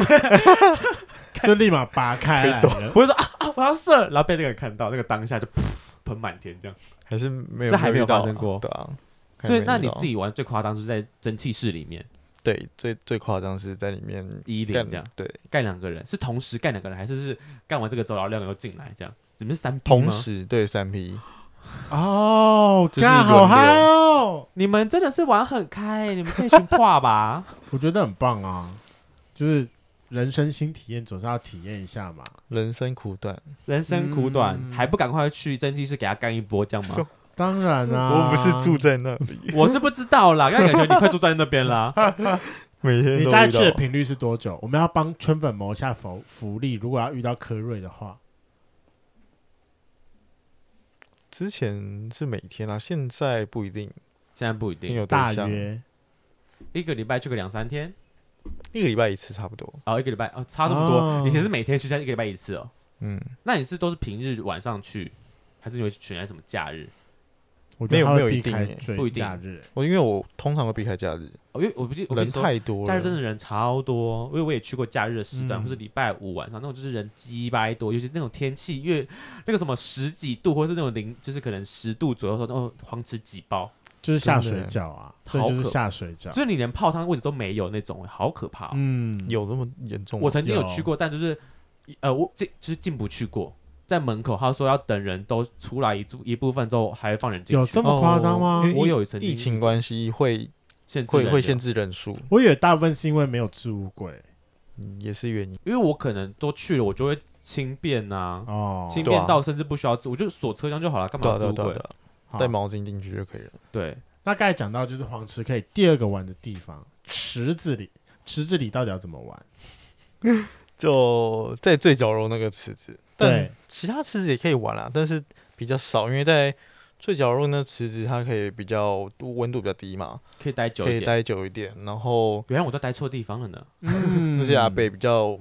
[SPEAKER 1] 就立马拔开来
[SPEAKER 4] 可
[SPEAKER 1] 了。
[SPEAKER 3] 不会说啊啊我要射，然后被那个人看到，那个当下就噗喷满天这样。
[SPEAKER 4] 还是没有
[SPEAKER 3] 这还没有
[SPEAKER 4] 遇到啊
[SPEAKER 3] 发生过
[SPEAKER 4] 对啊。
[SPEAKER 3] 所以
[SPEAKER 4] 还没有遇
[SPEAKER 3] 那你
[SPEAKER 4] 到
[SPEAKER 3] 自己玩最夸张就是在蒸汽室里面
[SPEAKER 4] 对最最夸张是在里面
[SPEAKER 3] 一零
[SPEAKER 4] 干
[SPEAKER 3] 这样
[SPEAKER 4] 对
[SPEAKER 3] 干两个人，是同时干两个人，还是是干完这个之后然后两个人又进来这样？你们是三 P
[SPEAKER 4] 同
[SPEAKER 3] 吗
[SPEAKER 4] 时对三 P
[SPEAKER 1] 哦，
[SPEAKER 4] 就是
[SPEAKER 1] 干好
[SPEAKER 4] 轮流
[SPEAKER 1] 嗨哦！
[SPEAKER 3] 你们真的是玩很开，你们这群话 吧？
[SPEAKER 1] 我觉得很棒啊，就是人生新体验总是要体验一下嘛。
[SPEAKER 4] 人生苦 短，
[SPEAKER 3] 人生苦短，
[SPEAKER 1] 嗯
[SPEAKER 3] 还不赶快去蒸汽室给他干一波，这样吗？
[SPEAKER 1] 当然啊啦、
[SPEAKER 4] 我不是住在那里，
[SPEAKER 3] 我是不知道 啦，刚感觉你快住在那边啦。
[SPEAKER 4] 每天
[SPEAKER 1] 你
[SPEAKER 4] 都
[SPEAKER 1] 大概
[SPEAKER 4] 遇
[SPEAKER 1] 去的
[SPEAKER 4] 到。啊
[SPEAKER 1] 频率是多久？我们要帮圈粉谋一下福福利，如果要遇到科瑞的话，
[SPEAKER 4] 之前是每天啊，现在不一定，
[SPEAKER 3] 现在不一
[SPEAKER 4] 你
[SPEAKER 3] 定，
[SPEAKER 4] 有
[SPEAKER 1] 大
[SPEAKER 4] 对象，
[SPEAKER 1] 约
[SPEAKER 3] 一个礼拜去个两三天，
[SPEAKER 4] 一个礼拜一次差不多。
[SPEAKER 3] 然后一个礼拜哦，差这么多。
[SPEAKER 1] 哦
[SPEAKER 3] 以前是每天去，现在一个礼拜一次哦。
[SPEAKER 4] 嗯，
[SPEAKER 3] 那你是都是平日晚上去，还是你会选在什么假日？
[SPEAKER 1] 我觉得他
[SPEAKER 4] 没有
[SPEAKER 1] 会
[SPEAKER 4] 没有
[SPEAKER 1] 避
[SPEAKER 4] 一定
[SPEAKER 1] 开
[SPEAKER 4] 耶
[SPEAKER 1] 最
[SPEAKER 3] 不一定
[SPEAKER 1] 假日、
[SPEAKER 4] 我因为我通常会避开假日，
[SPEAKER 3] 哦，因为我不记，我跟
[SPEAKER 4] 人
[SPEAKER 3] 你说，
[SPEAKER 4] 太多了。
[SPEAKER 3] 假日真的人超多，因为我也去过假日的时段，
[SPEAKER 1] 嗯
[SPEAKER 3] 或是礼拜五晚上那种，就是人鸡巴多，尤其是那种天气越 那个什么十几度，或是那种零，就是可能十度左右的时候，哦，黄池几包，
[SPEAKER 1] 就是下
[SPEAKER 4] 真
[SPEAKER 1] 水
[SPEAKER 4] 的
[SPEAKER 1] 饺啊，
[SPEAKER 3] 好
[SPEAKER 1] 这就是
[SPEAKER 3] 可
[SPEAKER 1] 下水
[SPEAKER 4] 啊
[SPEAKER 1] 饺。
[SPEAKER 3] 所以你连泡汤位置都没有那种，好可怕哦、
[SPEAKER 1] 嗯，
[SPEAKER 4] 有那么严重吗？
[SPEAKER 3] 我曾经有
[SPEAKER 1] 有
[SPEAKER 3] 去过，但就是呃，我进就是进不去过，在门口他说要等人都出来一部一部分之后，还放人进
[SPEAKER 1] 有
[SPEAKER 3] 去
[SPEAKER 1] 这。么夸张吗
[SPEAKER 4] 哦因？为
[SPEAKER 3] 我
[SPEAKER 4] 疫
[SPEAKER 3] 有曾经
[SPEAKER 4] 疫情关系会
[SPEAKER 3] 限制
[SPEAKER 4] 会
[SPEAKER 3] 人
[SPEAKER 4] 会
[SPEAKER 3] 流
[SPEAKER 4] 限制人数，
[SPEAKER 1] 我以为大部分是因为没有置物柜
[SPEAKER 4] 嗯也是原因。
[SPEAKER 3] 因为我可能都去了，我就会轻便呐、
[SPEAKER 1] 哦，
[SPEAKER 3] 轻
[SPEAKER 4] 对啊
[SPEAKER 3] 便到甚至不需要自，我就锁车厢就好了，干
[SPEAKER 4] 对
[SPEAKER 3] 嘛
[SPEAKER 4] 啊
[SPEAKER 3] 置
[SPEAKER 4] 对啊
[SPEAKER 3] 物
[SPEAKER 4] 对啊
[SPEAKER 3] 柜
[SPEAKER 4] 对？啊，
[SPEAKER 1] 好
[SPEAKER 4] 带毛巾进去就可以了。
[SPEAKER 3] 对，
[SPEAKER 1] 那刚才讲到就是黄池可以第二个玩的地方，池子里，池子里到底要怎么玩？
[SPEAKER 4] 就在最角落那个池子，但
[SPEAKER 1] 对
[SPEAKER 4] 其他池子也可以玩啊啦，但是比较少，因为在最角落那池子它可以比较温度比较低嘛，
[SPEAKER 3] 可以待久
[SPEAKER 4] 可
[SPEAKER 3] 一
[SPEAKER 4] 以
[SPEAKER 3] 点。
[SPEAKER 4] 待久一点，然后
[SPEAKER 3] 原来我都待错地方了呢。
[SPEAKER 1] 嗯
[SPEAKER 4] 那些阿贝比较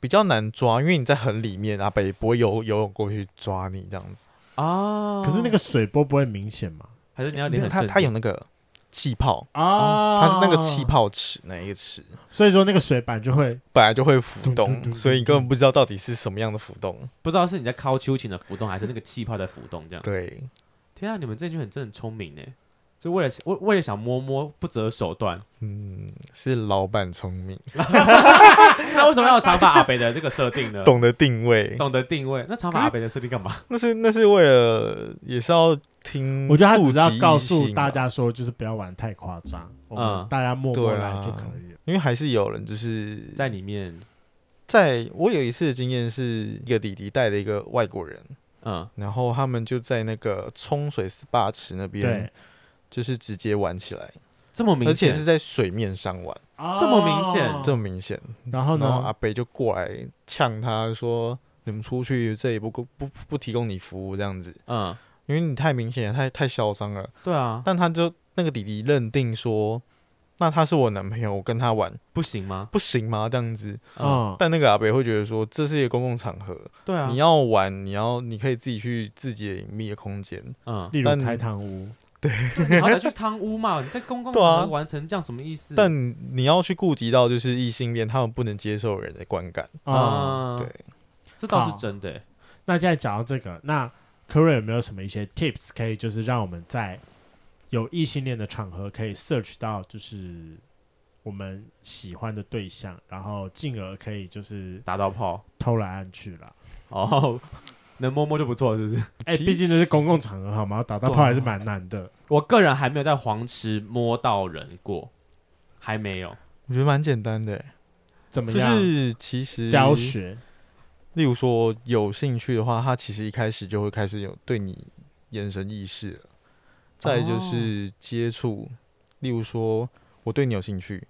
[SPEAKER 4] 比较难抓，因为你在很里面，阿贝不会游游泳过去抓你这样子。哦
[SPEAKER 3] 啊，
[SPEAKER 1] 可是那个水波不会明显嘛？
[SPEAKER 3] 还是你要
[SPEAKER 4] 没
[SPEAKER 3] 脸
[SPEAKER 4] 有
[SPEAKER 3] 很
[SPEAKER 4] 它
[SPEAKER 3] 正，
[SPEAKER 4] 它有那个气泡，
[SPEAKER 3] 哦
[SPEAKER 1] 啊
[SPEAKER 4] 哦它是那个气，泡池那一个池，
[SPEAKER 1] 所以说那个水板就会
[SPEAKER 4] 本来就会浮
[SPEAKER 1] 嘟嘟嘟
[SPEAKER 4] 动，
[SPEAKER 1] 嘟
[SPEAKER 4] 所以你根本不知道到底是什么样的浮动。
[SPEAKER 3] 不知道是你在靠秋千的浮动，还是那个气泡在浮动这样。
[SPEAKER 4] 对，
[SPEAKER 3] 天啊，你们这群人真的很聪明呢，就为了为为了想摸摸不择手段。
[SPEAKER 4] 嗯，是老板聪明，
[SPEAKER 3] 那为什么要有长发阿北的这个设定呢？
[SPEAKER 4] 懂得定位。
[SPEAKER 3] 懂得定位，那长发阿北的设定干嘛？
[SPEAKER 4] 那是那是为了也是要听，
[SPEAKER 1] 我觉得他只是要告诉大，家说，就是不要玩太夸张，我
[SPEAKER 3] 嗯
[SPEAKER 1] 们大家默默
[SPEAKER 4] 对
[SPEAKER 1] 来
[SPEAKER 4] 啊
[SPEAKER 1] 就可以了。
[SPEAKER 4] 因为还是有人就是
[SPEAKER 3] 在里面，
[SPEAKER 4] 在我有一次的经验是一个弟弟带了一个外国人，
[SPEAKER 3] 嗯，
[SPEAKER 4] 然后他们就在那个冲水 SPA 池那边
[SPEAKER 1] 对，，
[SPEAKER 4] 就是直接玩起来，
[SPEAKER 3] 这么明显，
[SPEAKER 4] 而且是在水面上玩，
[SPEAKER 1] 这
[SPEAKER 3] 这么明显
[SPEAKER 4] 这么明显。
[SPEAKER 1] 哦然后
[SPEAKER 4] 然后阿
[SPEAKER 1] 呢？
[SPEAKER 4] 北就过来呛他说：“你们出去，这里不不不不提供你服务这样子，
[SPEAKER 3] 嗯，
[SPEAKER 4] 因为你太明显了，太太嚣张了。”
[SPEAKER 3] 对啊，
[SPEAKER 4] 但他就那个弟弟认定说，那他是我男朋友，我跟他玩
[SPEAKER 3] 不行吗？
[SPEAKER 4] 不行吗？这样子。
[SPEAKER 3] 嗯，
[SPEAKER 1] 嗯，
[SPEAKER 4] 但那个阿北会觉得说，这是一个公共场合，
[SPEAKER 3] 对啊
[SPEAKER 4] 哦你，要玩，你要你可以自己去自己的隐秘的空间。
[SPEAKER 3] 嗯，
[SPEAKER 1] 例如
[SPEAKER 4] 但
[SPEAKER 1] 开汤屋，
[SPEAKER 3] 你好歹去贪污嘛，你在公共
[SPEAKER 4] 对啊
[SPEAKER 3] 场合完成这样什么意思？
[SPEAKER 4] 但你要去顾及到就是异性恋他们不能接受的人的观感，
[SPEAKER 1] 啊，
[SPEAKER 3] 啊，
[SPEAKER 4] 哦对，
[SPEAKER 3] 这倒是
[SPEAKER 1] 好
[SPEAKER 3] 真的欸。
[SPEAKER 1] 那现在讲到这个，那科瑞有没有什么一些 tips 可以就是让我们在有异性恋的场合可以 search 到就是我们喜欢的对象，然后进而可以就是
[SPEAKER 3] 打到炮
[SPEAKER 1] 偷来暗去了？
[SPEAKER 3] 哦， 能摸摸就不错，是不是？
[SPEAKER 1] 哎，毕竟这是公共场合，好吗？打到炮还是蛮难的。
[SPEAKER 3] 我个人还没有在黄池摸到人过，还没有。
[SPEAKER 4] 我觉得蛮简单的欸，
[SPEAKER 1] 怎么
[SPEAKER 4] 就
[SPEAKER 1] 样？
[SPEAKER 4] 是其实
[SPEAKER 1] 教学
[SPEAKER 4] 例如说有兴趣的话，他其实一开始就会开始有对你眼神意识了。再来就是接触，例如说我对你有兴趣，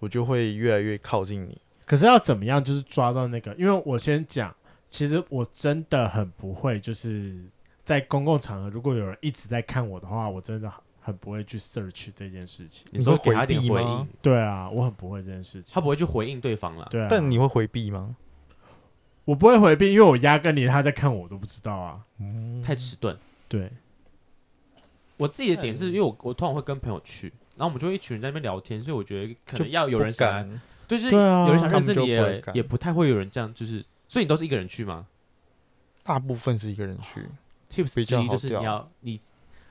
[SPEAKER 4] 我就会越来越靠近你。
[SPEAKER 1] 可是要怎么样，就是抓到那个？因为我先讲，其实我真的很不会，就是在公共场合，如果有人一直在看我的话，我真的很不会去 search 这件事情。
[SPEAKER 3] 你说
[SPEAKER 4] 你会
[SPEAKER 3] 给他一点
[SPEAKER 4] 回避
[SPEAKER 3] 回
[SPEAKER 4] 吗
[SPEAKER 3] 应，
[SPEAKER 1] 对啊，我很不会这件事情。
[SPEAKER 3] 他不会去回应对方了。
[SPEAKER 1] 对啊，
[SPEAKER 4] 但你会回避吗？
[SPEAKER 1] 我不会回避，因为我压根连他在看我都不知道啊。
[SPEAKER 3] 太迟钝。
[SPEAKER 1] 对，
[SPEAKER 3] 我自己的点是因为我我通常会跟朋友去，然后我们就会一群人在那边聊天，所以我觉得可
[SPEAKER 4] 就
[SPEAKER 3] 能要有人
[SPEAKER 4] 不
[SPEAKER 3] 想来，
[SPEAKER 4] 敢，
[SPEAKER 3] 就是
[SPEAKER 1] 对啊
[SPEAKER 3] 有人想认识
[SPEAKER 4] 他们就
[SPEAKER 3] 你
[SPEAKER 4] 不会
[SPEAKER 3] 也
[SPEAKER 4] 敢
[SPEAKER 3] 也不太会有人这样，就是所以你都是一个人去吗
[SPEAKER 4] 大部分是一个人去。
[SPEAKER 3] ？Tips 之
[SPEAKER 4] 比较
[SPEAKER 3] 一
[SPEAKER 4] 好
[SPEAKER 3] 就是
[SPEAKER 4] 调
[SPEAKER 3] 你要你。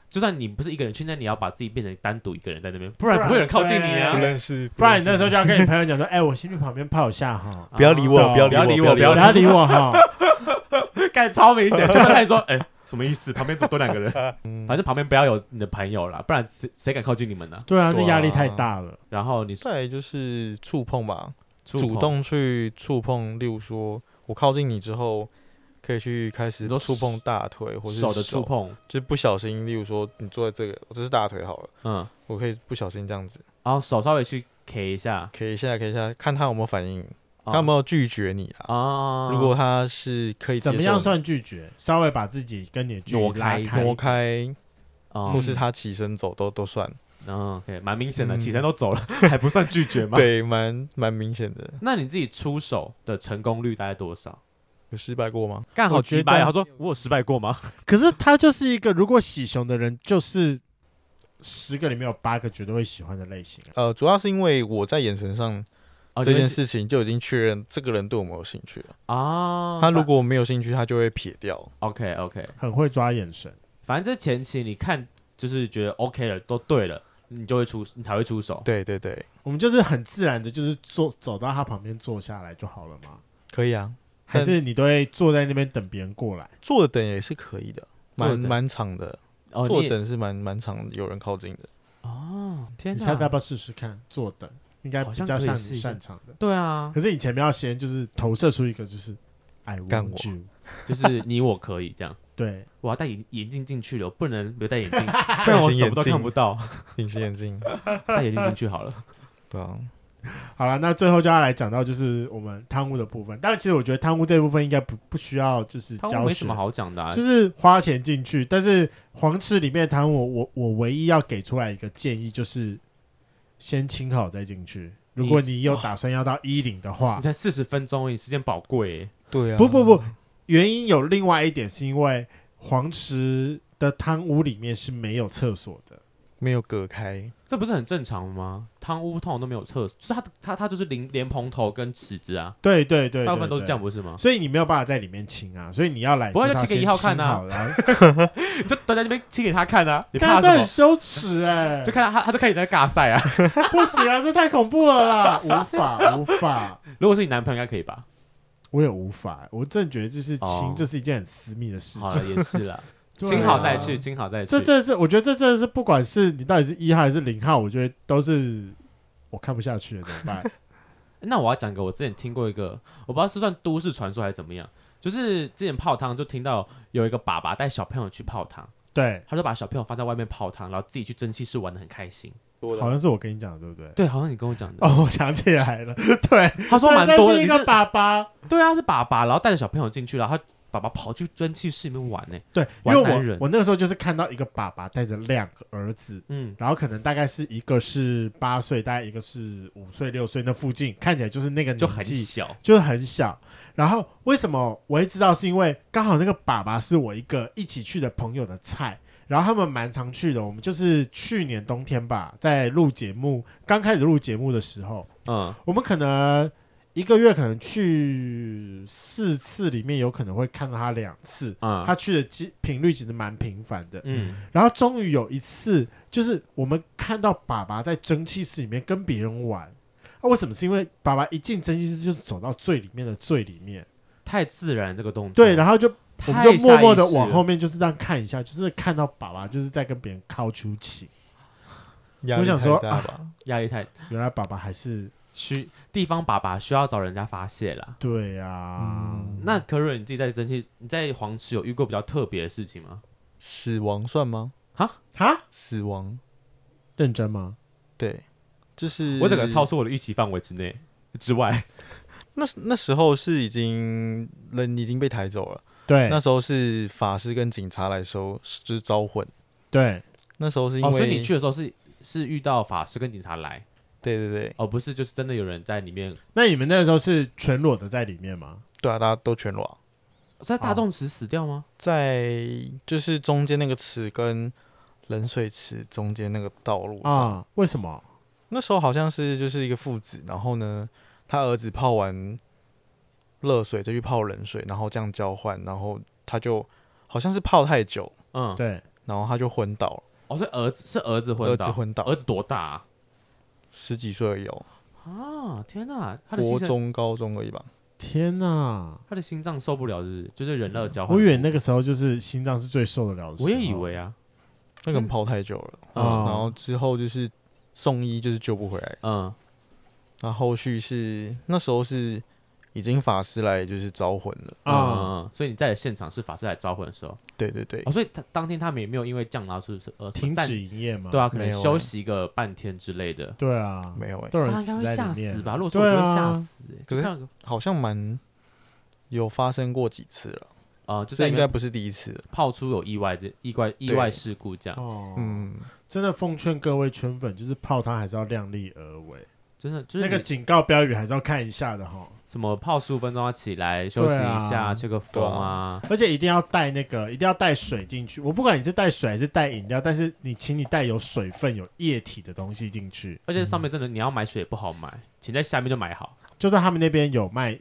[SPEAKER 3] 就算你不是一个人去，那你要把自己变成单独一个人在那边，不然不会有人靠近你
[SPEAKER 1] 不
[SPEAKER 3] 啊
[SPEAKER 1] 然！
[SPEAKER 4] 认识，
[SPEAKER 1] 不然你那
[SPEAKER 4] 认识
[SPEAKER 1] 时候就要跟你朋友讲说， 哎，我先去旁边泡一下哈，
[SPEAKER 4] 不要理
[SPEAKER 2] 哦
[SPEAKER 4] 我，
[SPEAKER 1] 不要
[SPEAKER 4] 理我，
[SPEAKER 3] 理
[SPEAKER 4] 不
[SPEAKER 3] 我
[SPEAKER 4] 要
[SPEAKER 3] 不要
[SPEAKER 1] 不要理我哈。
[SPEAKER 3] 干超明 显，就会开始说，哎、什么意思？旁边多多两个人，反正旁边不要有你的朋友啦，不然谁谁敢靠近你们呢、
[SPEAKER 1] 对啊，那
[SPEAKER 4] 对啊
[SPEAKER 1] 压力太大了。
[SPEAKER 3] 然后你
[SPEAKER 4] 再来就是触碰吧，
[SPEAKER 3] 触碰
[SPEAKER 4] 主，动去触碰，例如说我靠近你之后，可以去开始
[SPEAKER 3] 你说
[SPEAKER 4] 触碰大腿或是
[SPEAKER 3] 手的触，碰，
[SPEAKER 4] 就不小心，例如说你坐在这个，这是大腿好了，
[SPEAKER 3] 嗯，
[SPEAKER 4] 我可以不小心这样子，
[SPEAKER 3] 然后手稍微去 K 一下，
[SPEAKER 4] 可以一下，可以一下，看他有没有反应，
[SPEAKER 3] 啊
[SPEAKER 4] 他有没有拒绝你啦。
[SPEAKER 3] 啊？
[SPEAKER 4] 如果他是可以接
[SPEAKER 1] 怎
[SPEAKER 4] 受
[SPEAKER 1] 么
[SPEAKER 4] 你，
[SPEAKER 1] 样算拒绝？稍微把自己跟你的距离
[SPEAKER 3] 挪开
[SPEAKER 1] 拉
[SPEAKER 3] 一
[SPEAKER 1] 开，
[SPEAKER 4] 挪开，
[SPEAKER 3] 啊
[SPEAKER 4] 或是他起身走都都算，
[SPEAKER 3] 嗯，OK，蛮明显的，
[SPEAKER 4] 嗯
[SPEAKER 3] 起身都走了， 还不算拒绝吗？。
[SPEAKER 4] 对，蛮蛮明显的。
[SPEAKER 3] 那你自己出手的成功率大概多少？
[SPEAKER 4] 有失败过吗？
[SPEAKER 3] 干好
[SPEAKER 1] 我觉
[SPEAKER 3] 鸡掰啊！
[SPEAKER 1] 得
[SPEAKER 3] 他说我有失败过吗？
[SPEAKER 1] 可是他就是一个，如果喜熊的人，就是十个里面有八个绝对会喜欢的类型啊。
[SPEAKER 4] 呃，主要是因为我在眼神上
[SPEAKER 3] 哦
[SPEAKER 4] 这
[SPEAKER 3] 你
[SPEAKER 4] 件
[SPEAKER 3] 会
[SPEAKER 4] 事情就已经确认这个人对我们有兴趣了。
[SPEAKER 3] 啊，
[SPEAKER 4] 他如果没有兴趣，他就会撇掉。
[SPEAKER 3] OK OK，
[SPEAKER 1] 很会抓眼神，
[SPEAKER 3] 反正这前期你看就是觉得 OK 了，都对了，你就会出，你才会出手。
[SPEAKER 4] 对对对，
[SPEAKER 1] 我们就是很自然的，就是坐走到他旁边坐下来就好了嘛。
[SPEAKER 4] 可以啊，
[SPEAKER 1] 还
[SPEAKER 4] 但
[SPEAKER 1] 是你都会坐在那边等别人过来？
[SPEAKER 4] 坐着等也是可以的，
[SPEAKER 3] 坐着
[SPEAKER 4] 蛮
[SPEAKER 3] 等
[SPEAKER 4] 蛮长的，
[SPEAKER 3] 哦，
[SPEAKER 4] 坐
[SPEAKER 3] 你
[SPEAKER 4] 着
[SPEAKER 3] 也
[SPEAKER 4] 等是蛮蛮长，有人靠近的。
[SPEAKER 3] 哦，天
[SPEAKER 1] 你下次
[SPEAKER 3] 哪
[SPEAKER 1] 要！不要试试看坐等？应该
[SPEAKER 3] 好
[SPEAKER 1] 比
[SPEAKER 3] 像
[SPEAKER 1] 较
[SPEAKER 3] 可以
[SPEAKER 1] 像
[SPEAKER 3] 试
[SPEAKER 1] 你
[SPEAKER 3] 一下
[SPEAKER 1] 擅长的。
[SPEAKER 3] 对啊，
[SPEAKER 1] 可是你前面要先就是投射出一个就是 I
[SPEAKER 4] 干
[SPEAKER 1] want
[SPEAKER 4] 我
[SPEAKER 1] you，
[SPEAKER 3] 就是你我可以这样。
[SPEAKER 1] 对，
[SPEAKER 3] 我要戴眼眼镜进去了，我不能没有戴眼 镜，不然我什么都看不到。
[SPEAKER 4] 隐形眼镜，
[SPEAKER 3] 戴眼镜进去好了。
[SPEAKER 4] 对啊，
[SPEAKER 1] 好了，那最后就要来讲到就是我们贪污的部分。但其实我觉得贪污这部分应该不不需要就是
[SPEAKER 3] 他
[SPEAKER 1] 教
[SPEAKER 3] 没
[SPEAKER 1] 学
[SPEAKER 3] 什么，好讲的、啊，
[SPEAKER 1] 就是花钱进去。但是黄池里面的贪污，我我唯一要给出来一个建议就是，先清好再进去。如果你
[SPEAKER 3] 哦
[SPEAKER 1] 有打算要到一零的话
[SPEAKER 3] 你，才四十分钟而已，时间宝贵欸耶。
[SPEAKER 4] 对啊。
[SPEAKER 1] 不不不，原因有另外一点是因为黄池的贪污里面是没有厕所的。
[SPEAKER 4] 没有隔开，
[SPEAKER 3] 这不是很正常吗？汤屋通常都没有厕所，就是他他他就是连连蓬头跟池子啊，
[SPEAKER 1] 对对对，
[SPEAKER 3] 大部分都是
[SPEAKER 1] 对
[SPEAKER 3] 这样，不是吗？
[SPEAKER 1] 所以你没有办法在里面清啊，所以你要来
[SPEAKER 3] 不会
[SPEAKER 1] 就
[SPEAKER 3] 就是寄
[SPEAKER 1] 要
[SPEAKER 3] 给一号
[SPEAKER 1] 先
[SPEAKER 3] 看啊
[SPEAKER 1] 清好然后
[SPEAKER 3] 你就蹲在那边清给他看啊， 你
[SPEAKER 1] 看
[SPEAKER 3] 怕
[SPEAKER 1] 这
[SPEAKER 3] 什
[SPEAKER 1] 很
[SPEAKER 3] 么？
[SPEAKER 1] 羞耻哎、
[SPEAKER 3] 就看到他他就看你在尬赛啊。
[SPEAKER 1] 不行啊，这太恐怖了啦，无法无法，
[SPEAKER 3] 如果是你男朋友应该可以吧？
[SPEAKER 1] 我也无法，我真的觉得就是亲，
[SPEAKER 3] 哦
[SPEAKER 1] 这是一件很私密的事
[SPEAKER 3] 好
[SPEAKER 1] 情，
[SPEAKER 3] 了，也是 啦，
[SPEAKER 1] 对啊
[SPEAKER 3] 清好再去，。清好再去。
[SPEAKER 1] 这真的是，我觉得这真的是，不管是你到底是一号还是零号，我觉得都是我看不下去了，怎么办？
[SPEAKER 3] 那我要讲个我之前听过一个，我不知道是算都市传说还是怎么样，就是之前泡汤就听到有一个爸爸带小朋友去泡汤，
[SPEAKER 1] 对，
[SPEAKER 3] 他就把小朋友放在外面泡汤，然后自己去蒸汽室玩的很开心。
[SPEAKER 1] 好像是我跟你讲的，对不对？
[SPEAKER 3] 对，好像你跟我讲的，
[SPEAKER 1] 哦，我想起来了，对，
[SPEAKER 3] 他说蛮
[SPEAKER 1] 对
[SPEAKER 3] 多的，
[SPEAKER 1] 这是
[SPEAKER 3] 你
[SPEAKER 1] 一
[SPEAKER 3] 是
[SPEAKER 1] 个爸爸，
[SPEAKER 3] 对啊，是爸爸，然后带着小朋友进去，然后他爸爸跑去蒸汽室里面玩呢、
[SPEAKER 1] 对，因为
[SPEAKER 3] 玩男
[SPEAKER 1] 我
[SPEAKER 3] 人
[SPEAKER 1] 我那个时候就是看到一个爸爸带着两个儿子，
[SPEAKER 3] 嗯，
[SPEAKER 1] 然后可能大概是一个是八岁，大概一个是五岁六岁那附近，看起来就是那个年纪
[SPEAKER 3] 就很小，
[SPEAKER 1] 就是很小。然后为什么我会知道？是因为刚好那个爸爸是我一个一起去的朋友的菜，然后他们蛮常去的。我们就是去年冬天吧，在录节目刚开始录节目的时候，
[SPEAKER 3] 嗯，
[SPEAKER 1] 我们可能一个月可能去四次，里面有可能会看到他两次。
[SPEAKER 3] 嗯
[SPEAKER 1] 他去的机频率其实蛮频繁的，
[SPEAKER 3] 嗯，
[SPEAKER 1] 然后终于有一次，就是我们看到爸爸在蒸汽室里面跟别人玩。啊、为什么？是因为爸爸一进蒸汽室就是走到最里面的最里面，
[SPEAKER 3] 太自然这个动作，
[SPEAKER 1] 对，然后就我们就
[SPEAKER 3] 嗯太下
[SPEAKER 1] 默默的
[SPEAKER 3] 意识
[SPEAKER 1] 往
[SPEAKER 3] 了
[SPEAKER 1] 后面就是这样看一下，就是看到爸爸就是在跟别人靠出气，
[SPEAKER 4] 压
[SPEAKER 1] 我
[SPEAKER 4] 力
[SPEAKER 1] 想
[SPEAKER 4] 太
[SPEAKER 1] 说啊
[SPEAKER 4] 大吧？
[SPEAKER 3] 压力太
[SPEAKER 1] 原来爸爸还是
[SPEAKER 3] 需地方爸爸需要找人家发泄啦。
[SPEAKER 1] 对啊，
[SPEAKER 3] 那可瑞，你自己在蒸汽，你在黄池有遇过比较特别的事情吗？
[SPEAKER 4] 死亡算吗？
[SPEAKER 1] 哈，
[SPEAKER 4] 死亡，
[SPEAKER 1] 认真吗？
[SPEAKER 4] 对，就是
[SPEAKER 3] 我整个超出我的预期范围之内之外，
[SPEAKER 4] 那时那时候是已经人已经被抬走了，
[SPEAKER 1] 对
[SPEAKER 4] 那时候是法师跟警察来收，就是招魂。
[SPEAKER 1] 对，
[SPEAKER 4] 那时候是因
[SPEAKER 3] 哦，所
[SPEAKER 4] 为、
[SPEAKER 3] 以你去的时候是是遇到法师跟警察来，
[SPEAKER 4] 对对对
[SPEAKER 3] 哦，不是，就是真的有人在里面，
[SPEAKER 1] 那你们那个时候是全裸的在里面吗？
[SPEAKER 4] 对啊，大家都全裸，
[SPEAKER 3] 在
[SPEAKER 4] 哦
[SPEAKER 3] 大众池死掉吗？
[SPEAKER 4] 在就是中间那个池跟冷水池中间那个道路上，
[SPEAKER 1] 啊，为什么？
[SPEAKER 4] 那时候好像是就是一个父子，然后呢，他儿子泡完热水再去泡冷水，然后这样交换，然后他就好像是泡太久，
[SPEAKER 3] 嗯，
[SPEAKER 1] 对，
[SPEAKER 4] 然后他就昏倒了，
[SPEAKER 3] 哦，所以儿子是儿子
[SPEAKER 4] 儿
[SPEAKER 3] 昏
[SPEAKER 4] 子
[SPEAKER 3] 倒，
[SPEAKER 4] 昏倒
[SPEAKER 3] 儿，子多大啊？
[SPEAKER 4] 十几岁而已哦，
[SPEAKER 3] 啊天哪，他的心
[SPEAKER 4] 国
[SPEAKER 3] 脏，
[SPEAKER 4] 中高中而已吧。
[SPEAKER 1] 天哪！
[SPEAKER 3] 他的心脏受不了，是不是就是人类交换。
[SPEAKER 1] 我以为那个时候就是心脏是最受得了的时候，
[SPEAKER 3] 我也以为啊，
[SPEAKER 4] 那个人泡太久了，
[SPEAKER 1] 嗯
[SPEAKER 3] 哦
[SPEAKER 4] 然后之后就是送医就是救不回来，
[SPEAKER 3] 嗯，
[SPEAKER 4] 那后续是那时候是已经法师来就是招魂了，
[SPEAKER 3] 嗯
[SPEAKER 1] 啊，
[SPEAKER 3] 嗯，嗯所以你在现场是法师来招魂的时候，
[SPEAKER 4] 对对哦对
[SPEAKER 3] 哦，，所以他当天他们也没有因为降劳是不是呃
[SPEAKER 1] 停
[SPEAKER 3] 暂
[SPEAKER 1] 止营业嘛？
[SPEAKER 3] 对啊，可
[SPEAKER 4] 没
[SPEAKER 3] 能
[SPEAKER 4] 有
[SPEAKER 3] 休
[SPEAKER 4] 欸
[SPEAKER 3] 息个半天之类的，
[SPEAKER 1] 对啊，
[SPEAKER 4] 没有哎、
[SPEAKER 1] 都有
[SPEAKER 3] 他
[SPEAKER 1] 人
[SPEAKER 3] 应该
[SPEAKER 1] 死
[SPEAKER 3] 会
[SPEAKER 1] 在
[SPEAKER 3] 吓
[SPEAKER 1] 里
[SPEAKER 3] 死
[SPEAKER 1] 面
[SPEAKER 3] 吧？如果说我不会
[SPEAKER 1] 对
[SPEAKER 3] 吓
[SPEAKER 1] 啊
[SPEAKER 3] 死欸，
[SPEAKER 4] 可
[SPEAKER 3] 就是像个
[SPEAKER 4] 好像蛮有发生过几次了，
[SPEAKER 3] 啊，就
[SPEAKER 4] 这
[SPEAKER 3] 在
[SPEAKER 4] 应
[SPEAKER 3] 应
[SPEAKER 4] 该
[SPEAKER 3] 该
[SPEAKER 4] 不是第一次了，
[SPEAKER 3] 泡出有意外这意外意
[SPEAKER 4] 对
[SPEAKER 3] 外事故这样，
[SPEAKER 1] 哦，嗯，
[SPEAKER 4] 嗯，
[SPEAKER 1] 真的奉劝各位圈粉，就是泡汤还是要量力而为，
[SPEAKER 3] 真的就是
[SPEAKER 1] 那个
[SPEAKER 3] 你
[SPEAKER 1] 警告标语还是要看一下的哈，
[SPEAKER 3] 什么泡十五分钟要起来休息
[SPEAKER 1] 对
[SPEAKER 3] 一
[SPEAKER 1] 啊
[SPEAKER 3] 下，吹个风
[SPEAKER 4] 对啊
[SPEAKER 3] 啊，
[SPEAKER 1] 而且一定要带那个，一定要带水进去。我不管你是带水还是带饮料，但是你请你带有水分、有液体的东西进去，
[SPEAKER 3] 而且上面真的你要买水也不好买，请在下面就买好，
[SPEAKER 1] 就算他们那边有卖，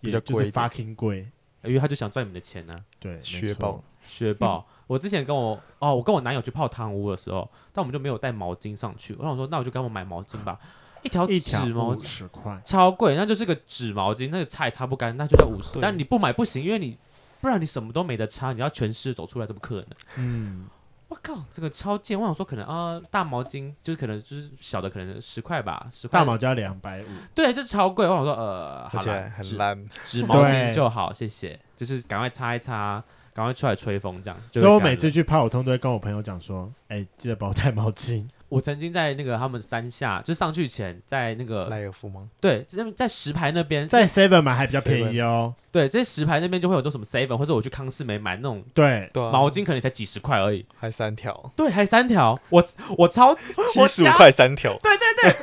[SPEAKER 4] 比
[SPEAKER 1] 也
[SPEAKER 4] 较
[SPEAKER 1] 就是
[SPEAKER 4] 贵一点
[SPEAKER 1] fucking 贵，
[SPEAKER 3] 因哎为他就想赚你们的钱呢、
[SPEAKER 1] 对，没
[SPEAKER 4] 雪
[SPEAKER 1] 错
[SPEAKER 4] 豹，
[SPEAKER 3] 学 爆！我之前跟我哦，我跟我男友去泡汤屋的时候，但我们就没有带毛巾上去。我想说，那我就给他们买毛巾吧，一条
[SPEAKER 1] 一
[SPEAKER 3] 纸
[SPEAKER 1] 条
[SPEAKER 3] 毛
[SPEAKER 1] 五
[SPEAKER 3] 巾
[SPEAKER 1] 十块，
[SPEAKER 3] 超贵，那就是个纸毛巾，那个擦也擦不干，那就要五十。
[SPEAKER 4] 对
[SPEAKER 3] 但你不买不行，因为你不然你什么都没得擦，你要全湿走出来，怎么可能？
[SPEAKER 1] 嗯，
[SPEAKER 3] 我靠，这个超贱！我想说，可能啊、大毛巾就是可能就是小的，可能十块吧，十块
[SPEAKER 1] 大毛就要两百五，
[SPEAKER 3] 对，这超贵。我想说，呃，
[SPEAKER 4] 而
[SPEAKER 3] 好
[SPEAKER 4] 且
[SPEAKER 3] 了，
[SPEAKER 4] 很
[SPEAKER 3] 纸
[SPEAKER 4] 烂，
[SPEAKER 3] 纸毛巾
[SPEAKER 1] 对
[SPEAKER 3] 就好，谢谢。就是赶快擦一擦，赶快出来吹风，这样。就
[SPEAKER 1] 所以我
[SPEAKER 3] 会干
[SPEAKER 1] 每次
[SPEAKER 3] 了
[SPEAKER 1] 去泡，我通常都会跟我朋友讲说，哎、记得帮我带毛巾。
[SPEAKER 3] 我曾经在那个他们山下，就上去前，在那个
[SPEAKER 4] 赖尔夫吗？
[SPEAKER 3] 对，在在石牌那边，
[SPEAKER 1] 在 Seven 买还比较便宜哦。
[SPEAKER 3] 对，在石牌那边就会有很多什么 seven，或者我去康士美买那种
[SPEAKER 1] 对，
[SPEAKER 4] 对啊，
[SPEAKER 3] 毛巾，可能才几十块而已。
[SPEAKER 4] 还三条，
[SPEAKER 3] 对，还三条，我我超
[SPEAKER 4] 七十五块三条，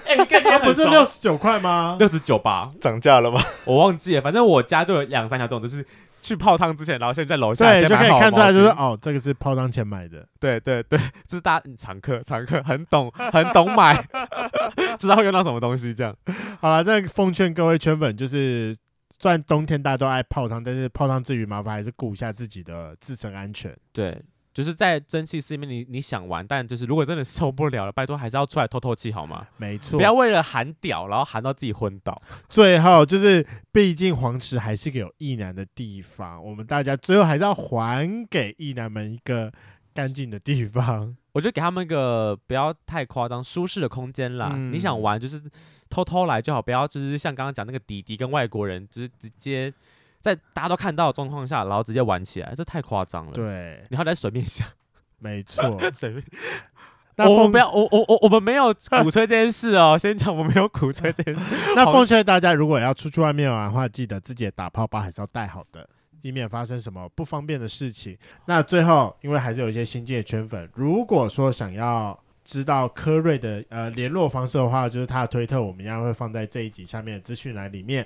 [SPEAKER 3] 哎，你跟
[SPEAKER 1] 它
[SPEAKER 3] 他
[SPEAKER 1] 不是六十九块吗？
[SPEAKER 3] 六十九吧，
[SPEAKER 4] 涨价 了吧？
[SPEAKER 3] 我忘记了，反正我家就有两三条这种，就是去泡汤之前，然后先在楼下
[SPEAKER 1] 对，
[SPEAKER 3] 先
[SPEAKER 1] 就可
[SPEAKER 3] 买
[SPEAKER 1] 以
[SPEAKER 3] 好
[SPEAKER 1] 看出来，就是
[SPEAKER 3] 毛巾
[SPEAKER 1] 哦，这个是泡汤前买的。
[SPEAKER 3] 对对对，就是大嗯常客常客很懂 很懂买，知道会用到什么东西这样。
[SPEAKER 1] 好了，这奉劝各位圈粉，就是虽然冬天大家都爱泡汤，但是泡汤之余，麻烦还是顾一下自己的自身安全。
[SPEAKER 3] 对，就是在蒸汽室里面你，你想玩，但就是如果真的受不了了，拜托还是要出来透透气好吗？
[SPEAKER 1] 没错
[SPEAKER 3] 不，要为了喊屌，然后喊到自己昏倒。
[SPEAKER 1] 最后就是，毕竟黄池还是个有意男的地方，我们大家最后还是要还给意男们一个干净的地 方。
[SPEAKER 3] 我就给他们一个不要太夸张、舒适的空间啦。你想
[SPEAKER 1] 嗯
[SPEAKER 3] 玩就是偷偷来就好，不要就是像刚刚讲那个弟弟跟外国人，就是直接在大家都看到的状况下，然后直接玩起来，这太夸张了。，
[SPEAKER 1] 对，
[SPEAKER 3] 你好歹随便想，
[SPEAKER 1] 没 错。
[SPEAKER 3] 随便。
[SPEAKER 1] 那
[SPEAKER 3] 哦我
[SPEAKER 1] 奉
[SPEAKER 3] 们 不要，我我我我们没有鼓吹这件事哦，先讲我们没有鼓吹这 件事。
[SPEAKER 1] 那奉劝大家，如果要出去外面玩的话，记得自己的打泡包还是要带好的，以免发生什么不方便的事情。那最后，因为还是有一些新进的圈粉，如果说想要知道科瑞的呃联络方式的话，就是他的推特，我们一样会放在这一集下面的资讯栏里面。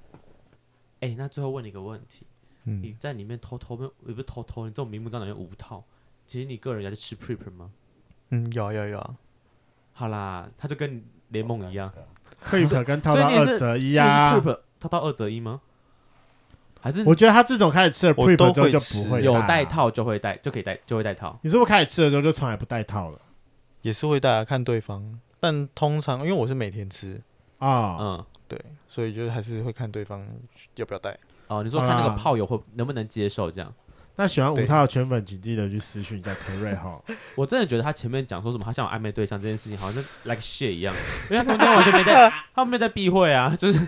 [SPEAKER 3] 哎、那最后问你一个问题，
[SPEAKER 4] 嗯
[SPEAKER 3] 你，在里面偷偷也不是偷偷，你这种明目张胆的五套，其实你个人也在吃 prep 吗？
[SPEAKER 4] 嗯，有啊有啊有啊，
[SPEAKER 3] 好啦，他就跟联盟一样，
[SPEAKER 1] 会可跟套
[SPEAKER 3] 所以
[SPEAKER 1] 到
[SPEAKER 3] 你也是
[SPEAKER 1] 二择一
[SPEAKER 3] 你也是
[SPEAKER 1] 啊。
[SPEAKER 3] prep 他到二择一吗？还是
[SPEAKER 1] 我觉得他自从开始吃了
[SPEAKER 4] 我都
[SPEAKER 1] prep 之后
[SPEAKER 4] 会
[SPEAKER 1] 就
[SPEAKER 4] 吃
[SPEAKER 1] 不会
[SPEAKER 3] 有
[SPEAKER 1] 啊
[SPEAKER 3] 带。套就会带，就可以带就会带套？
[SPEAKER 1] 你是不是开始吃了之后就从来不带套了
[SPEAKER 4] 也是会大家看对方，但通常因为我是每天吃，
[SPEAKER 1] 啊？
[SPEAKER 3] 嗯，
[SPEAKER 4] 对，所以就是还是会看对方要不要带。
[SPEAKER 3] 哦，你说看那
[SPEAKER 1] 好
[SPEAKER 3] 个
[SPEAKER 1] 啦
[SPEAKER 3] 炮友会能不能接受这样？
[SPEAKER 1] 那喜欢五
[SPEAKER 4] 对
[SPEAKER 1] 套的圈粉，请记得去私讯一下 k 瑞 哈。
[SPEAKER 3] 我真的觉得他前面讲说什么他想有暧昧对象这件事情，好像是 like shit 一样，因为他中间完全没在，他没有在避讳啊，就是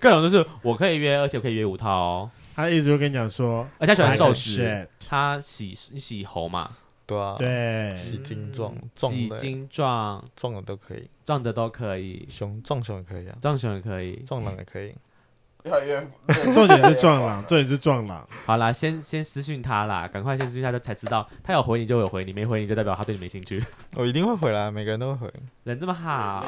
[SPEAKER 3] 各种就是我可以约，而且我可以约五套哦，
[SPEAKER 1] 他一直就跟你讲说，
[SPEAKER 3] 而且他喜欢
[SPEAKER 1] I
[SPEAKER 3] 瘦
[SPEAKER 1] can Oh
[SPEAKER 3] 子，
[SPEAKER 1] shit
[SPEAKER 3] 他喜喜猴嘛，
[SPEAKER 4] 对啊，，
[SPEAKER 1] 对，
[SPEAKER 4] 喜精壮
[SPEAKER 3] 嗯，
[SPEAKER 4] 壮
[SPEAKER 3] 喜
[SPEAKER 4] 的
[SPEAKER 3] 精壮，
[SPEAKER 4] 壮的都可以，
[SPEAKER 3] 壮的都可以，
[SPEAKER 4] 熊壮熊也可以啊，
[SPEAKER 3] 壮熊也可以。
[SPEAKER 4] 壮狼也可以。
[SPEAKER 5] 越来越对
[SPEAKER 1] 重点是撞狼，重点是撞狼。
[SPEAKER 3] 好啦，先先私讯他啦，赶快先私讯他，就才知道他
[SPEAKER 4] 哦
[SPEAKER 3] 有回你就有回你，没回你就代表他对你没兴趣。
[SPEAKER 4] 啊我一定会回来，每个人都会回。
[SPEAKER 3] 人这么好，